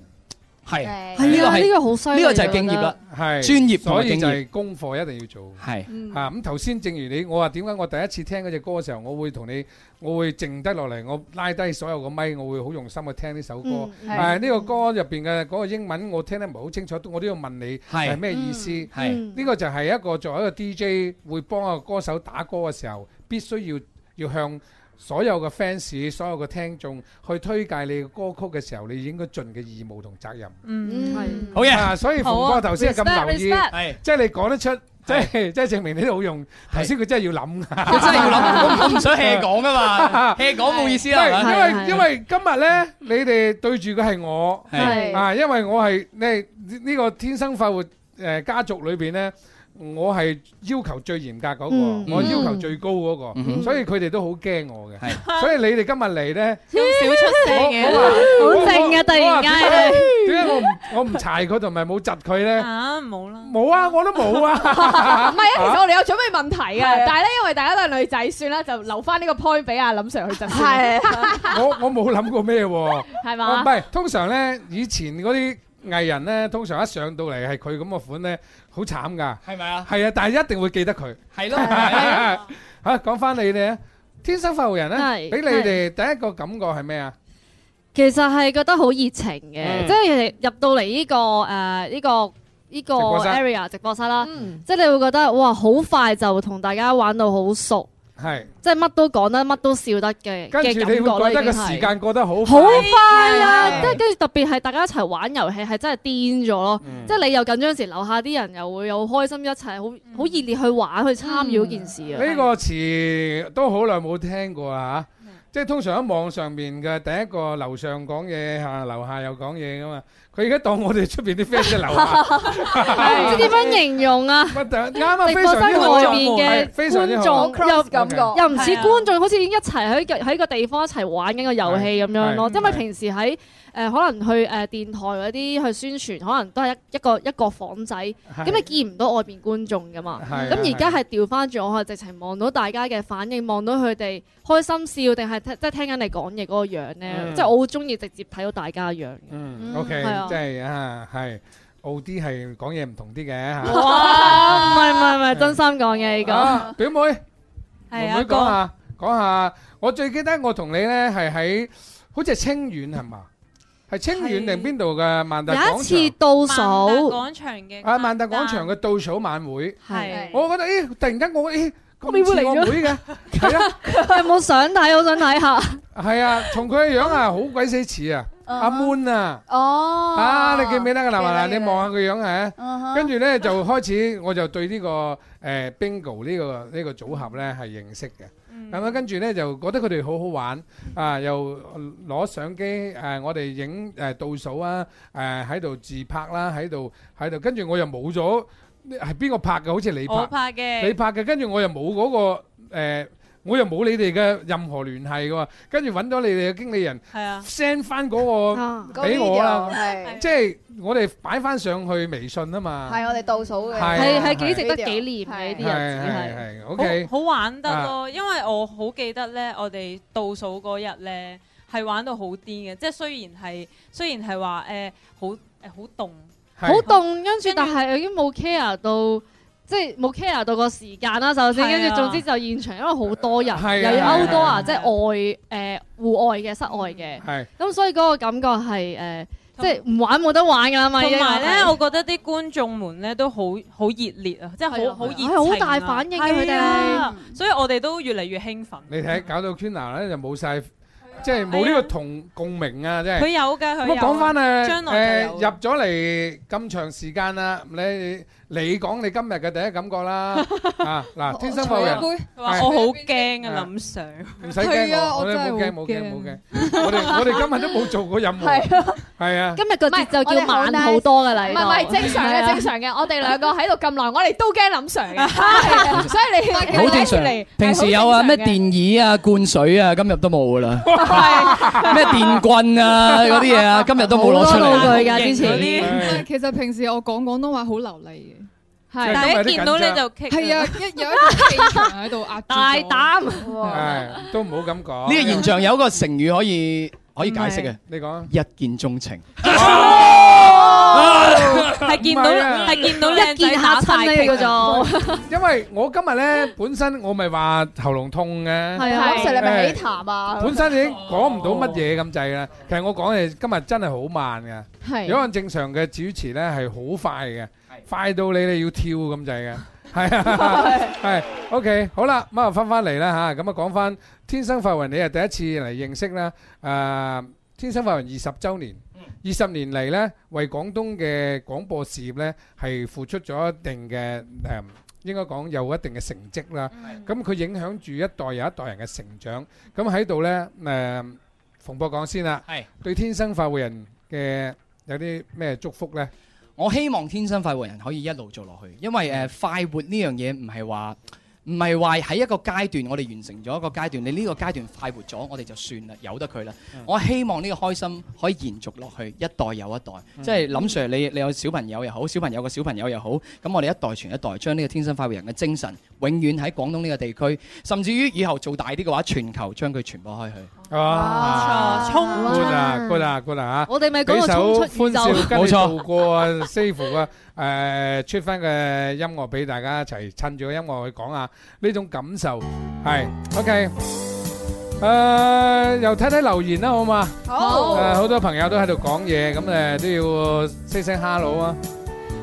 Speaker 7: 係
Speaker 8: 係呢個係呢個好犀利
Speaker 7: 呢個就係敬業啦，
Speaker 2: 係
Speaker 7: 專業同
Speaker 2: 所
Speaker 7: 埋
Speaker 2: 以
Speaker 7: 敬
Speaker 2: 就
Speaker 7: 業
Speaker 2: 係功課一定要做。
Speaker 7: 係
Speaker 2: 啊，咁頭先正如你，我話點解我第一次聽嗰只歌嘅時候，我會同你，我會靜得落嚟，我拉低所有個咪，我會好用心去聽呢首歌。誒
Speaker 7: 嗯
Speaker 2: 呢、
Speaker 7: 係
Speaker 2: 個歌入邊嘅嗰個英文我聽得唔係好清楚，我都要問你
Speaker 7: 係
Speaker 2: 係咩意思？呢、
Speaker 7: 係嗯
Speaker 2: 個就係一個作為一個 DJ 會幫一個歌手打歌嘅時候，必須要要向。所有嘅 fans、所有嘅聽眾去推介你嘅歌曲嘅時候，你應該盡嘅義務同責任。
Speaker 12: 嗯，係
Speaker 2: 好嘢啊所以馮
Speaker 12: 好啊
Speaker 2: 哥頭先係咁留意
Speaker 12: respect，respect
Speaker 2: 係即係你講得出，即係即係證明你都好用。頭先佢真係要諗，
Speaker 7: 佢真係要諗我唔 想 hea 講啊嘛 hea 講冇意思啦
Speaker 2: 唔係
Speaker 7: 係
Speaker 2: 因為
Speaker 7: 係
Speaker 2: 因為今日咧，你哋對住嘅係我，
Speaker 7: 係
Speaker 2: 啊，因為我係你呢個天生快活誒家族裏邊咧。我係要求最嚴格嗰
Speaker 7: 嗯
Speaker 2: 個，我要求最高嗰
Speaker 7: 嗯
Speaker 2: 個，
Speaker 7: 哼
Speaker 2: 所以佢哋都好驚我嘅。所以你哋今日嚟咧，
Speaker 12: 好少出聲嘅，
Speaker 2: 我
Speaker 8: 好靜啊！突然間你
Speaker 2: 點解我唔我唔柴佢同埋冇窒佢咧？
Speaker 12: 啊，冇 啦，
Speaker 2: 冇啊，我都冇啊。
Speaker 5: 唔係啊，其實我哋有準備問題嘅，
Speaker 2: 係啊
Speaker 5: 但係咧，因為大家都係女仔，算啦，就留翻呢個 point à, 俾阿林 Sir 去執先。
Speaker 2: 我我冇諗過咩喎，
Speaker 5: 係嘛
Speaker 2: 唔係通常咧，以前嗰啲藝人咧，通常一上到嚟係佢咁嘅款咧，好慘㗎。
Speaker 7: 係咪啊？
Speaker 2: 係啊，但係一定會記得佢。
Speaker 7: 係咯
Speaker 2: 嚇講翻你 哋啊，天生發號人咧，
Speaker 8: 係
Speaker 2: 俾你哋第一個感覺係咩啊？
Speaker 8: 其實係覺得好熱情
Speaker 2: 嗯
Speaker 8: 嘅，即係入到嚟呢個誒呢個呢個
Speaker 2: 直播室嗯
Speaker 8: area 直播室啦，即係你會覺得哇，好快就同大家玩到好熟，
Speaker 2: 係。
Speaker 8: 即係乜都講得，乜都笑得嘅嘅
Speaker 2: 跟
Speaker 8: 感
Speaker 2: 住你
Speaker 8: 覺啦，
Speaker 2: 會
Speaker 8: 已
Speaker 2: 覺得
Speaker 8: 經
Speaker 2: 個
Speaker 8: 係
Speaker 2: 時間過得好
Speaker 8: 好快啊！即
Speaker 2: 係
Speaker 8: 係跟住特別係大家一齊玩遊戲，係真係癲咗咯！
Speaker 2: 嗯
Speaker 8: 即係你又緊張時，樓下啲人又會又好開心一齊，好好熱烈去玩去參與嗰件事啊！
Speaker 2: 呢個詞都好耐冇聽過啦嚇。即係通常喺網上面嘅第一個樓上講嘢嚇，樓下又講嘢噶嘛。佢而家當我哋出邊啲 friend 即係 樓下，
Speaker 8: 唔知點樣形容 啊？
Speaker 2: 啱啊
Speaker 8: 直播室
Speaker 2: 非常之好
Speaker 8: 外邊嘅
Speaker 2: 係非常之
Speaker 8: 觀
Speaker 2: 好
Speaker 8: 眾又
Speaker 2: cross 感覺
Speaker 8: 又唔似
Speaker 2: 係啊
Speaker 8: 觀眾，好似已經一齊喺個喺個地方一齊玩緊個遊戲咁樣咯。
Speaker 5: 係
Speaker 8: 因為平時喺誒可能去誒電台嗰啲去宣傳，可能都係一一個一個房仔，咁你見唔到外邊觀眾噶嘛。
Speaker 5: 係
Speaker 8: 咁
Speaker 5: 係
Speaker 8: 而家係調翻轉，我係直情望到大家嘅反應，望到佢哋開心笑定係聽即係聽緊你講嘢嗰個樣咧
Speaker 2: 嗯，
Speaker 8: 即係我好中意直接睇到大家嘅樣。
Speaker 2: 嗯 OK，
Speaker 8: 係啊
Speaker 2: 即係啊，係奧啲係講嘢唔同啲嘅嚇。
Speaker 8: 哇！唔係唔係唔係，真心講嘅呢個。
Speaker 2: 啊啊表妹，妹
Speaker 8: 係
Speaker 2: 妹
Speaker 8: 啊
Speaker 2: 講下講下，我最記得我同你咧係喺好似係清遠係嘛？係清遠定邊度嘅萬達廣場
Speaker 8: 有一次倒數
Speaker 12: 廣場嘅
Speaker 2: 啊！萬達廣場嘅倒數晚會，
Speaker 8: 係
Speaker 2: 我覺得咦，突然間我咦
Speaker 8: 我妹
Speaker 2: 咁
Speaker 8: 妹
Speaker 2: 似
Speaker 8: 嚟
Speaker 2: 我
Speaker 8: 咗
Speaker 2: 妹嘅，係啊
Speaker 8: 有冇想睇？好想睇下。
Speaker 2: 係啊，同佢嘅樣 啊好鬼死似啊，阿 Moon 啊。
Speaker 4: 哦，
Speaker 2: 啊！你記唔記得 Uh-huh 㗎啦？嗱，你望下佢樣
Speaker 4: 嗯
Speaker 2: 係，
Speaker 4: 哼
Speaker 2: 跟住咧就開始我就對呢個誒 bingo 呢個呢個組合咧係認識嘅。咁啊，跟住咧就覺得佢哋好好玩啊！又攞相機誒，我哋影誒倒數啊，誒喺度自拍啦，喺度喺度，跟住我又冇咗係邊個拍嘅？好似你拍，
Speaker 12: 我拍嘅，
Speaker 2: 你拍嘅，跟住我又冇嗰個誒，我又冇你哋嘅任何聯繫嘅喎，跟住揾到你哋嘅經理人。
Speaker 12: 係啊
Speaker 2: send 翻嗰個俾我啦，
Speaker 4: 係
Speaker 2: 即係我哋擺翻上去微信啊嘛，
Speaker 4: 係我哋倒數嘅，
Speaker 2: 係係
Speaker 12: 啊
Speaker 2: 係
Speaker 8: 幾值得
Speaker 4: video
Speaker 8: 紀念嘅呢啲啊
Speaker 2: 係
Speaker 8: 日子
Speaker 2: 係
Speaker 8: 係。
Speaker 2: 係，OK，啊
Speaker 12: 好玩得咯，因為我好記得咧，我哋倒數嗰日咧係玩到好癲嘅，即係雖然係雖然係話誒好誒好凍，
Speaker 8: 好凍，跟住但係已經冇 care 到。即係冇 care 到個時間啦，首先，
Speaker 12: 係啊
Speaker 8: 跟住總之就現場，因為好多人，
Speaker 12: 係啊
Speaker 8: 又要
Speaker 12: 係啊
Speaker 8: outdoor
Speaker 12: 係啊
Speaker 8: 啊，即係外誒戶外嘅、室外嘅
Speaker 6: 嗯
Speaker 12: 係，
Speaker 8: 咁所以嗰個感覺係誒，即係唔玩冇得玩㗎啦嘛。已
Speaker 12: 同
Speaker 8: 經
Speaker 12: 埋咧，
Speaker 8: 係
Speaker 12: 我覺得啲觀眾們咧都好好熱烈啊，即係
Speaker 8: 係啊
Speaker 12: 好好熱
Speaker 8: 係
Speaker 12: 情
Speaker 8: 啊
Speaker 12: 啊
Speaker 8: 好大反應嘅佢哋
Speaker 12: 係啊所以我哋都越嚟越興奮。
Speaker 2: 你睇搞到 Kuna 咧就冇晒，即係冇呢個同共鳴啊，即係
Speaker 12: 佢有㗎佢
Speaker 2: 咁
Speaker 12: 有
Speaker 2: 講翻啊，
Speaker 12: 將
Speaker 2: 誒
Speaker 12: 來就有
Speaker 2: 入咗嚟咁長時間啦，你你講你今日嘅第一感覺啦，啊嗱，天生快活人，
Speaker 12: 佢話我好驚啊，林 Sir。
Speaker 2: 唔使驚
Speaker 8: 啊
Speaker 2: 我，我哋冇驚冇驚冇驚，我哋我哋今日都冇做過任何，係啊，
Speaker 8: 今日個節奏
Speaker 5: 我哋
Speaker 8: 叫
Speaker 5: 好
Speaker 8: 慢
Speaker 5: nice
Speaker 8: 好多㗎啦，
Speaker 5: 唔
Speaker 8: 呢度
Speaker 5: 係唔係正常
Speaker 8: 係
Speaker 5: 嘅
Speaker 8: 啊
Speaker 5: 正常嘅，我哋兩個喺度咁耐，我哋都驚林 Sir 嘅，所以你
Speaker 7: 好正常
Speaker 5: 你嚟係。
Speaker 7: 平時有啊
Speaker 5: 好
Speaker 7: 咩
Speaker 5: 正常嘅
Speaker 7: 電椅啊、灌水啊，今日都冇噶啦。
Speaker 9: 係
Speaker 7: 咩電棍啊嗰啲 嘢 啊，今日都冇攞出嚟。
Speaker 9: 好多道具
Speaker 8: 㗎之前
Speaker 9: 但係 其實平時我講廣東話好流利嘅，
Speaker 12: 係但係一見到你就棘
Speaker 9: 係啊，一有一個氣 場喺啊度壓住
Speaker 8: 大
Speaker 9: 膽，
Speaker 2: 係都唔好咁講。
Speaker 7: 呢個現象有一個成語可以可以解釋嘅，
Speaker 2: 你講
Speaker 7: 一見鍾情。
Speaker 12: 係見到
Speaker 2: 唔係啊
Speaker 12: 係見到靚仔打晒
Speaker 8: 一見嚇親呢個就
Speaker 2: 因為我今日咧本身我咪話喉嚨痛嘅，
Speaker 4: 係啊，林 Sir 你咪起
Speaker 2: 誒
Speaker 4: 痰啊？
Speaker 2: 本身已經講唔到乜嘢咁滯啦。其實我講嘢今日真係好慢嘅，
Speaker 4: 係
Speaker 2: 如果按正常嘅主持咧係好快嘅，快到你哋要跳咁滯嘅。係啊，係 OK，好啦，咁啊翻翻嚟啦嚇，咁啊講翻《天生快活人》，你係第一次嚟認識啦，誒、天生快活人》二十週年，二十年嚟呢，為廣東嘅廣播事業呢，係付出咗一定嘅誒、應該講有一定嘅成績啦。咁佢、影響住一代又一代人嘅成長。咁喺度呢，誒、馮博講先啦，對天生快活人嘅有啲咩祝福呢？
Speaker 7: 我希望天生快活人可以一路做落去，因為誒、呃快活呢樣嘢唔係話唔係話喺一個階段我哋完成咗一個階段，你呢個階段快活咗，我哋就算啦，由得佢啦。我希望呢個開心可以延續落去，一代又一代，即係林 Sir 你你有小朋友又好，小朋友嘅小朋友又好，咁我哋一代傳一代，將呢個天生快活人嘅精神永遠喺廣東呢個地區，甚至於以後做大啲嘅話，全球將佢傳播開去。
Speaker 2: 啊，
Speaker 7: 衝
Speaker 2: 出啊，good 啊，good 啊！
Speaker 8: 我哋咪講過衝出宇宙
Speaker 2: 冇
Speaker 8: 冇錯
Speaker 2: 錯，過啊，save 啊， 誒出翻嘅音樂俾大家一齊趁住個音樂去講下呢種感受，係 OK。誒，又睇睇留言啦，好嘛？
Speaker 4: 好
Speaker 2: 誒，好多朋友都喺度講嘢，咁誒都要 say 聲 hello 啊！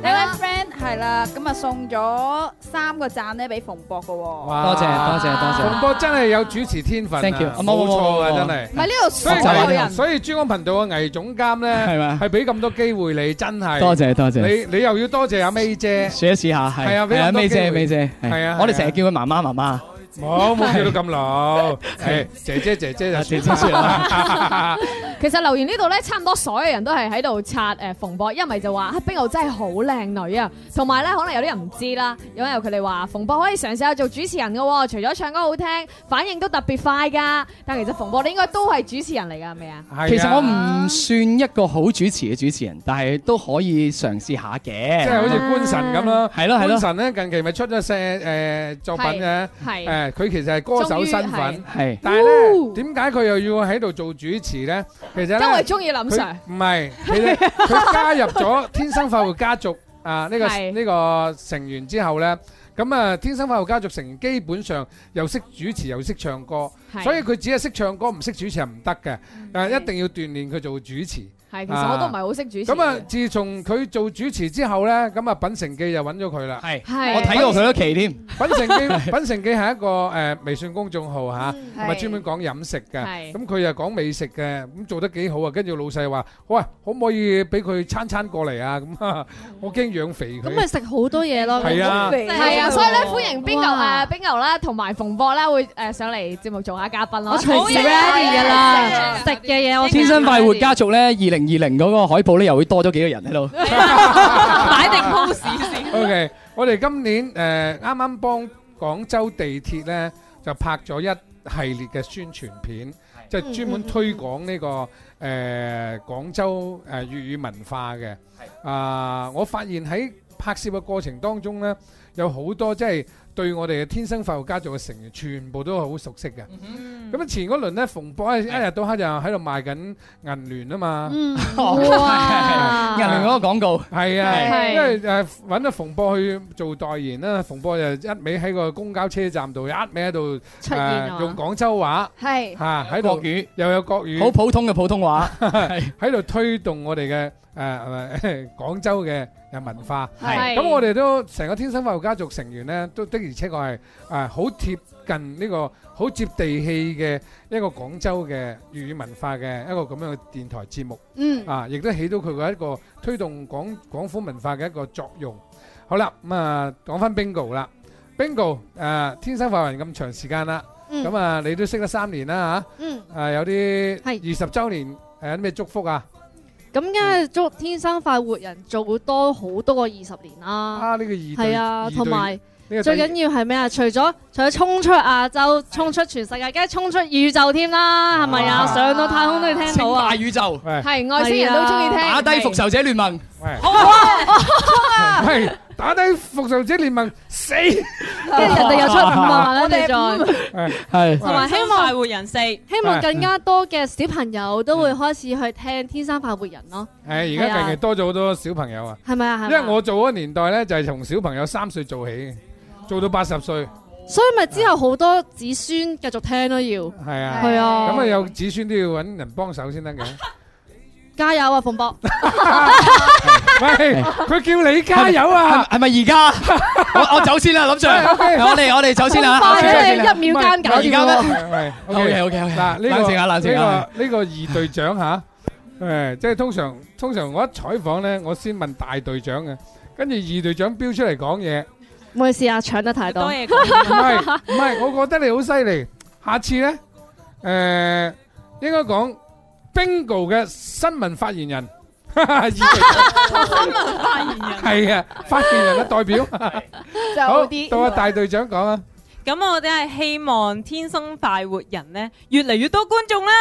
Speaker 4: 你位 friend 係啦，咁啊送咗三個讚咧俾馮博嘅喎。
Speaker 2: 哇
Speaker 7: 多謝多謝多謝
Speaker 2: 馮博真係有主持天分啊
Speaker 7: Thank you
Speaker 2: 冇錯啊，真係。
Speaker 4: 唔係呢度
Speaker 2: 所
Speaker 4: 所
Speaker 2: 以
Speaker 4: 有人，
Speaker 2: 所以珠江頻道嘅倪總監咧，
Speaker 7: 係咪
Speaker 2: 係俾咁多機會你，真係
Speaker 7: 多謝多謝
Speaker 2: 你你又要多謝阿 May 姐，
Speaker 7: 試一試下，係
Speaker 2: 係啊俾咁多
Speaker 7: ，May
Speaker 2: 機會
Speaker 7: 姐 May 姐，
Speaker 2: 係啊
Speaker 7: 我哋
Speaker 2: 係啊
Speaker 7: 成日叫佢媽媽媽媽。
Speaker 2: 冇冇叫到咁老，係姐姐姐姐就姐姐
Speaker 7: 算
Speaker 2: 啦。
Speaker 5: 其實留言呢度咧，差唔多所有人都係喺度刷誒馮博，一咪就話啊 Bingo 真係好靚女啊，同埋咧可能有啲人唔知啦，因為佢哋話馮博可以嘗試下做主持人嘅喎，除咗唱歌好聽，反應都特別快㗎。但其實馮博你應該都係主持人嚟㗎，係咪啊？
Speaker 7: 其
Speaker 2: à.
Speaker 7: 實我唔算一個好主持嘅主持人，但係都可以嘗試下嘅。
Speaker 2: 即係好似官神咁啦，
Speaker 7: 係咯係
Speaker 2: 官
Speaker 7: 咯，
Speaker 2: 神咧近期咪出咗隻誒作品嘅，
Speaker 5: 係
Speaker 2: 誒佢其實係歌手身份，
Speaker 7: 終於係
Speaker 2: 但係咧點解佢又要喺度做主持咧？其實咧，
Speaker 5: 因為中意林 Sir
Speaker 2: 佢唔係，其實佢加入咗天生快活家族啊呢個
Speaker 5: 係
Speaker 2: 呢個成員之後咧。咁啊，天生快活家族成員基本上又識主持又識唱歌
Speaker 5: 係，
Speaker 2: 所以佢只係識唱歌唔識主持係唔得嘅，誒一定要鍛鍊佢做主持。
Speaker 5: 係，啊其實我都唔係好識主持。
Speaker 2: 咁啊，，自從佢做主持之後咧，咁啊，品城記就揾咗佢啦。
Speaker 7: 係
Speaker 5: 係
Speaker 7: 我睇過佢嗰期添。
Speaker 2: 品城 記，品城記係一個誒微信公眾號嚇，同埋
Speaker 5: 嗯係
Speaker 2: 專門講飲食嘅。
Speaker 5: 係
Speaker 2: 咁佢又講美食嘅，咁做得幾好啊！跟住老細話：喂，可唔可以俾佢餐餐過嚟啊？咁啊，我驚養肥佢。
Speaker 8: 咁咪食好多嘢咯。
Speaker 2: 係啊
Speaker 5: 係啊，所以咧歡迎 Bingo
Speaker 8: 哇
Speaker 5: 誒 Bingo 啦，同埋馮博啦，會誒上嚟節目做下嘉賓咯。
Speaker 8: 我隨時 ready 噶啦，食嘅嘢我
Speaker 7: 天生快活家族咧，二零二零嗰個海報咧又會多咗幾個 人喺度。
Speaker 8: 擺定 pose 先。
Speaker 2: OK，我哋今年呃誒啱啱幫廣州地鐵咧就拍咗一系列嘅宣傳片，就係專門推廣呢、
Speaker 7: 嗯
Speaker 2: 個誒、呃、廣州誒、呃、粵語文化嘅。啊、我發現喺拍攝嘅過程當中咧，有好多即係對我哋嘅天生快活家族嘅成員，全部都好熟悉
Speaker 7: 嗯
Speaker 2: 嘅。咁啊前嗰輪咧，馮博一日到黑就喺度賣緊銀聯啊嘛。
Speaker 5: 哇！
Speaker 7: 銀聯嗰個廣告
Speaker 2: 係啊，
Speaker 5: 係
Speaker 2: 因為誒揾阿馮博去做代言啦，馮博就一味喺個公交車站度，一味喺度
Speaker 5: 出現啊
Speaker 2: 誒用廣州話
Speaker 4: 係
Speaker 2: 嚇喺度
Speaker 7: 國語
Speaker 2: 又有國語，
Speaker 7: 好普通嘅普通話。
Speaker 2: 喺度推動我哋嘅誒誒廣州嘅誒文化。
Speaker 7: 係
Speaker 2: 咁，我哋都成個天生快活家族成員咧，都的而且確係誒好貼近呢個好接地氣嘅一個廣州嘅粵語文化嘅一個咁樣嘅電台節目。
Speaker 4: 嗯
Speaker 2: 啊，亦都起到佢嘅一個推動廣廣府文化嘅一個作用。好啦，咁、啊講翻 bingo 啦，bingo 誒、天生快活人咁長時間啦，
Speaker 8: 嗯
Speaker 2: 咁、啊你都識得三年啦嚇，
Speaker 8: 嗯
Speaker 2: 啊有啲二十週年誒咩祝福啊？
Speaker 8: 咁梗係
Speaker 2: 嗯
Speaker 8: 祝天生快活人做多好多個二十年啦。
Speaker 2: 啊呢個二對
Speaker 8: 係啊，
Speaker 2: 二對
Speaker 8: 同埋
Speaker 2: 呢個
Speaker 8: 最
Speaker 2: 第二
Speaker 8: 緊要係咩啊？除咗除咗衝出亞洲、衝出全世界，梗係衝出宇宙添啦，係咪啊？上到太空都要聽到啊！
Speaker 7: 大宇宙
Speaker 2: 喂
Speaker 5: 係外星人都中意聽。
Speaker 7: 打低復仇者聯盟。
Speaker 2: 喂
Speaker 5: 啊
Speaker 2: 係打低復仇者聯盟 死，
Speaker 8: 跟住人哋又出五 萬啦，
Speaker 12: 我哋
Speaker 8: 你再。
Speaker 7: 係
Speaker 8: 同埋希望
Speaker 12: 快活人四，
Speaker 8: 希望更加多嘅小朋友都會開始去聽《天生快活人》咯，
Speaker 2: 誒而家近期多咗好多小朋友啊，
Speaker 8: 係咪啊？
Speaker 2: 因
Speaker 8: 係
Speaker 2: 為
Speaker 8: 咪啊？
Speaker 2: 我做嗰個年代咧就係從小朋友三歲做起嘅，做到八十歲。
Speaker 8: 所以咪之後好多子孫繼續聽咯，要
Speaker 2: 係啊，
Speaker 8: 係啊
Speaker 2: 咁啊有子孫都要揾人幫手先得 嘅。
Speaker 8: 加油啊，馮博！
Speaker 2: 喂，佢叫你加油啊！
Speaker 7: 係咪而 家？我我走先啦，林 Sir。我哋我哋走先啦。
Speaker 8: 快
Speaker 7: 我
Speaker 8: 咧，
Speaker 7: 先啦
Speaker 8: 一秒間搞
Speaker 7: 而
Speaker 8: 掂
Speaker 7: 家
Speaker 8: 喎。
Speaker 7: 咩？
Speaker 2: 喂
Speaker 7: OK，OK，OK，
Speaker 2: 嗱呢個
Speaker 7: 冷靜下冷靜下
Speaker 2: 呢個呢個二隊長吓，誒即係通常通常我一採訪咧，我先問大隊長嘅，跟住二隊長標出嚟講嘢，
Speaker 8: 唔好意思啊，搶得太多
Speaker 12: 多。嘢
Speaker 2: 唔
Speaker 12: 講。
Speaker 2: 係唔係，我覺得你好犀利，下次咧誒應該講 bingo 嘅新聞發 言人，二隊長
Speaker 12: 新聞發言人。
Speaker 2: 係啊，發言人嘅代表，
Speaker 4: 就
Speaker 2: 好
Speaker 4: 好啲
Speaker 2: 到阿大隊長講啊。
Speaker 12: 咁我哋係希望天生快活人咧，越嚟越多觀眾啦，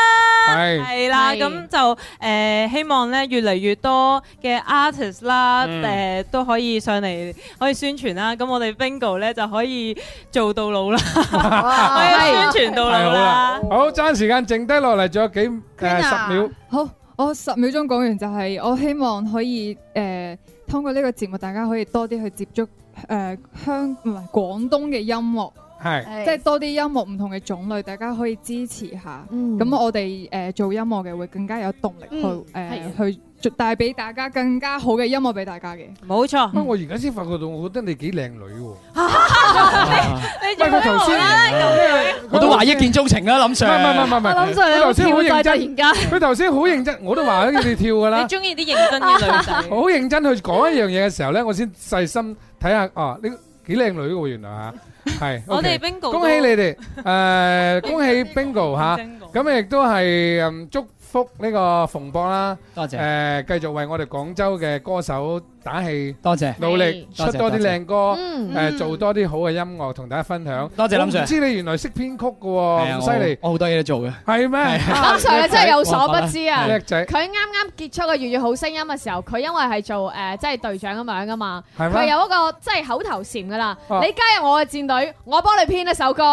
Speaker 2: 係
Speaker 12: 係啦，
Speaker 5: 係
Speaker 12: 咁就誒、呃希望咧越嚟越多嘅 artist 啦，誒、呃
Speaker 2: 嗯
Speaker 12: 都可以上嚟可以宣傳啦，咁我哋 bingo 咧就可以做到老啦，
Speaker 4: 哇
Speaker 12: 可以宣傳到
Speaker 2: 太
Speaker 12: 老
Speaker 2: 好啦
Speaker 12: 啦，！
Speaker 2: 好，爭時間剩低落嚟，仲有幾誒
Speaker 4: 娟啊
Speaker 2: 十秒。
Speaker 9: 好，我十秒鐘講完就係、我希望可以誒、呃通過呢個節目，大家可以多啲去接觸誒、呃香唔係廣東嘅音樂，
Speaker 2: 係
Speaker 9: 即係多啲音樂唔同嘅種類，大家可以支持下。
Speaker 5: 嗯
Speaker 9: 咁、我哋誒、呃做音樂嘅會更加有動力去誒、
Speaker 8: 嗯
Speaker 9: 呃
Speaker 8: 係啊
Speaker 9: 去做帶俾大家更加好嘅音樂俾大家嘅。
Speaker 12: 冇錯。
Speaker 2: 乜我而家先發覺到，我覺得你幾靚女喎。
Speaker 12: 你
Speaker 2: 喂，佢頭先
Speaker 7: 我都話一見鍾情啦，林
Speaker 2: 唔係唔係唔
Speaker 7: Sir。
Speaker 2: 係唔係，
Speaker 8: 林 Sir，
Speaker 2: 佢頭先好
Speaker 8: 你好
Speaker 2: 認
Speaker 8: 跳掣，突然間
Speaker 2: 真佢頭先好認真，我都話咗你哋跳㗎
Speaker 12: 你
Speaker 2: 啦。
Speaker 12: 中意啲認真嘅女仔
Speaker 2: 好 認真去講一樣嘢嘅時候咧，我先細心睇下，哦，呢幾靚女喎，原來嚇。係，
Speaker 12: 我哋
Speaker 2: OK，
Speaker 12: bingo
Speaker 2: 恭喜你哋， 誒，恭喜 bingo 嚇，咁亦都係嗯祝福呢個馮博啦，
Speaker 7: 多謝
Speaker 2: 誒，繼續為我哋廣州嘅歌手打氣，
Speaker 7: 多謝
Speaker 2: 努力
Speaker 7: 係多
Speaker 2: 出
Speaker 7: 謝
Speaker 2: 多啲
Speaker 7: 多謝
Speaker 2: 靚歌，
Speaker 7: 嗯
Speaker 2: 誒，做多啲好嘅音樂同大家分享。
Speaker 7: 多謝林 Sir
Speaker 2: 我唔知你原來識編曲嘅
Speaker 7: 係
Speaker 2: 喎，
Speaker 7: 啊
Speaker 2: 咁犀利，
Speaker 7: 我我好多嘢都做嘅。
Speaker 2: 係咩？
Speaker 5: 林 Sir 你真係有所不知啊！
Speaker 2: 叻仔，
Speaker 5: 佢啱啱結束個粵語好聲音嘅時候，佢因為係做誒即係隊長咁樣噶嘛，
Speaker 2: 係咩
Speaker 5: 佢有一個即係口頭禪噶啦，
Speaker 2: 哦
Speaker 5: 你加入我嘅戰隊，我幫你編一首歌，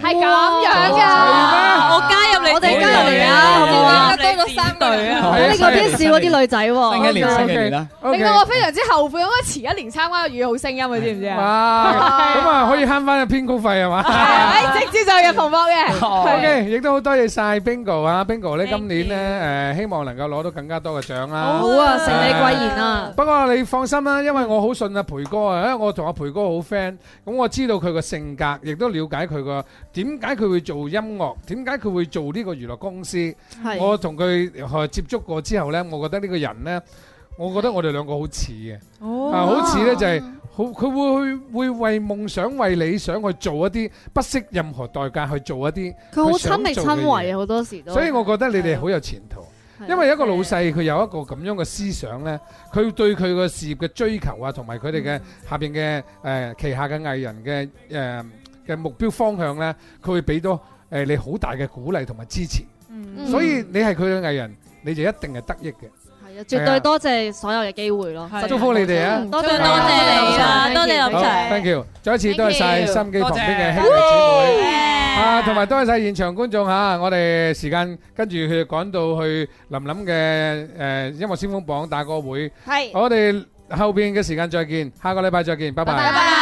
Speaker 5: 係咁樣
Speaker 12: 哇
Speaker 5: 噶。
Speaker 12: 我加入你
Speaker 5: 我
Speaker 12: 哋加入你
Speaker 5: 啊好唔好啊
Speaker 12: 多咗三隊
Speaker 5: 好
Speaker 8: 哦
Speaker 12: 啊！
Speaker 5: 呢個邊
Speaker 8: 少嗰啲女仔喎
Speaker 7: 新嘅一年新嘅一年啦。
Speaker 5: 令到我非常之後悔，應該遲一年參加粵語好聲音，你知唔知
Speaker 2: 哇，咁
Speaker 5: 啊？
Speaker 2: 啊可以慳翻個編曲費係嘛？
Speaker 5: 誒，直接就入房博嘅。
Speaker 2: OK，亦都好多謝晒 Bingo 啊！Bingo 咧今年咧誒，希望能夠攞到更加多嘅獎啦。
Speaker 8: 好啊，承你貴言啊！
Speaker 2: 不過你放心啦，因為我好信阿培哥啊，因為我同阿培哥好 friend，咁我知道佢個性格，亦都了解佢個點解佢會做音樂，點解佢會做呢個娛樂公司。我同佢呃接觸過之後呢，我覺得呢個人呢，我覺得我哋兩個好似嘅，
Speaker 12: 哦
Speaker 2: 啊好似呢就係好佢會去會為夢想、為理想去做一啲不惜任何代價去做一啲
Speaker 8: 佢好
Speaker 2: 想
Speaker 8: 親力
Speaker 2: 做嘅
Speaker 8: 親為
Speaker 2: 嘢
Speaker 8: 啊，好多時都。
Speaker 2: 所以我覺得你哋好有前途，
Speaker 8: 係啊
Speaker 2: 因為一個老細佢有一個咁樣嘅思想呢，佢對佢個事業嘅追求啊，同埋佢哋
Speaker 8: 嗯
Speaker 2: 嘅下邊嘅誒旗下嘅藝人嘅呃誒嘅目標方向呢，佢會俾到誒你好大嘅鼓勵同埋支持。
Speaker 8: 嗯
Speaker 2: 所以你係佢嘅藝人，你就一定係得益嘅。
Speaker 8: 係啊絕對多謝所有嘅機會咯。
Speaker 2: 祝福你哋啊！
Speaker 8: 多謝
Speaker 12: 多謝你啊多謝林 Sir
Speaker 2: 好 Thank you，再一次多謝晒
Speaker 12: Thank you，
Speaker 2: 心機旁邊嘅兄弟
Speaker 12: 多謝
Speaker 2: 姊妹啊，同埋多謝晒現場觀眾嚇，我哋時間跟住佢趕到去林林嘅誒音樂先鋒榜打歌會，
Speaker 6: 係
Speaker 2: 我哋後邊嘅時間再見，下個禮拜再見，拜拜。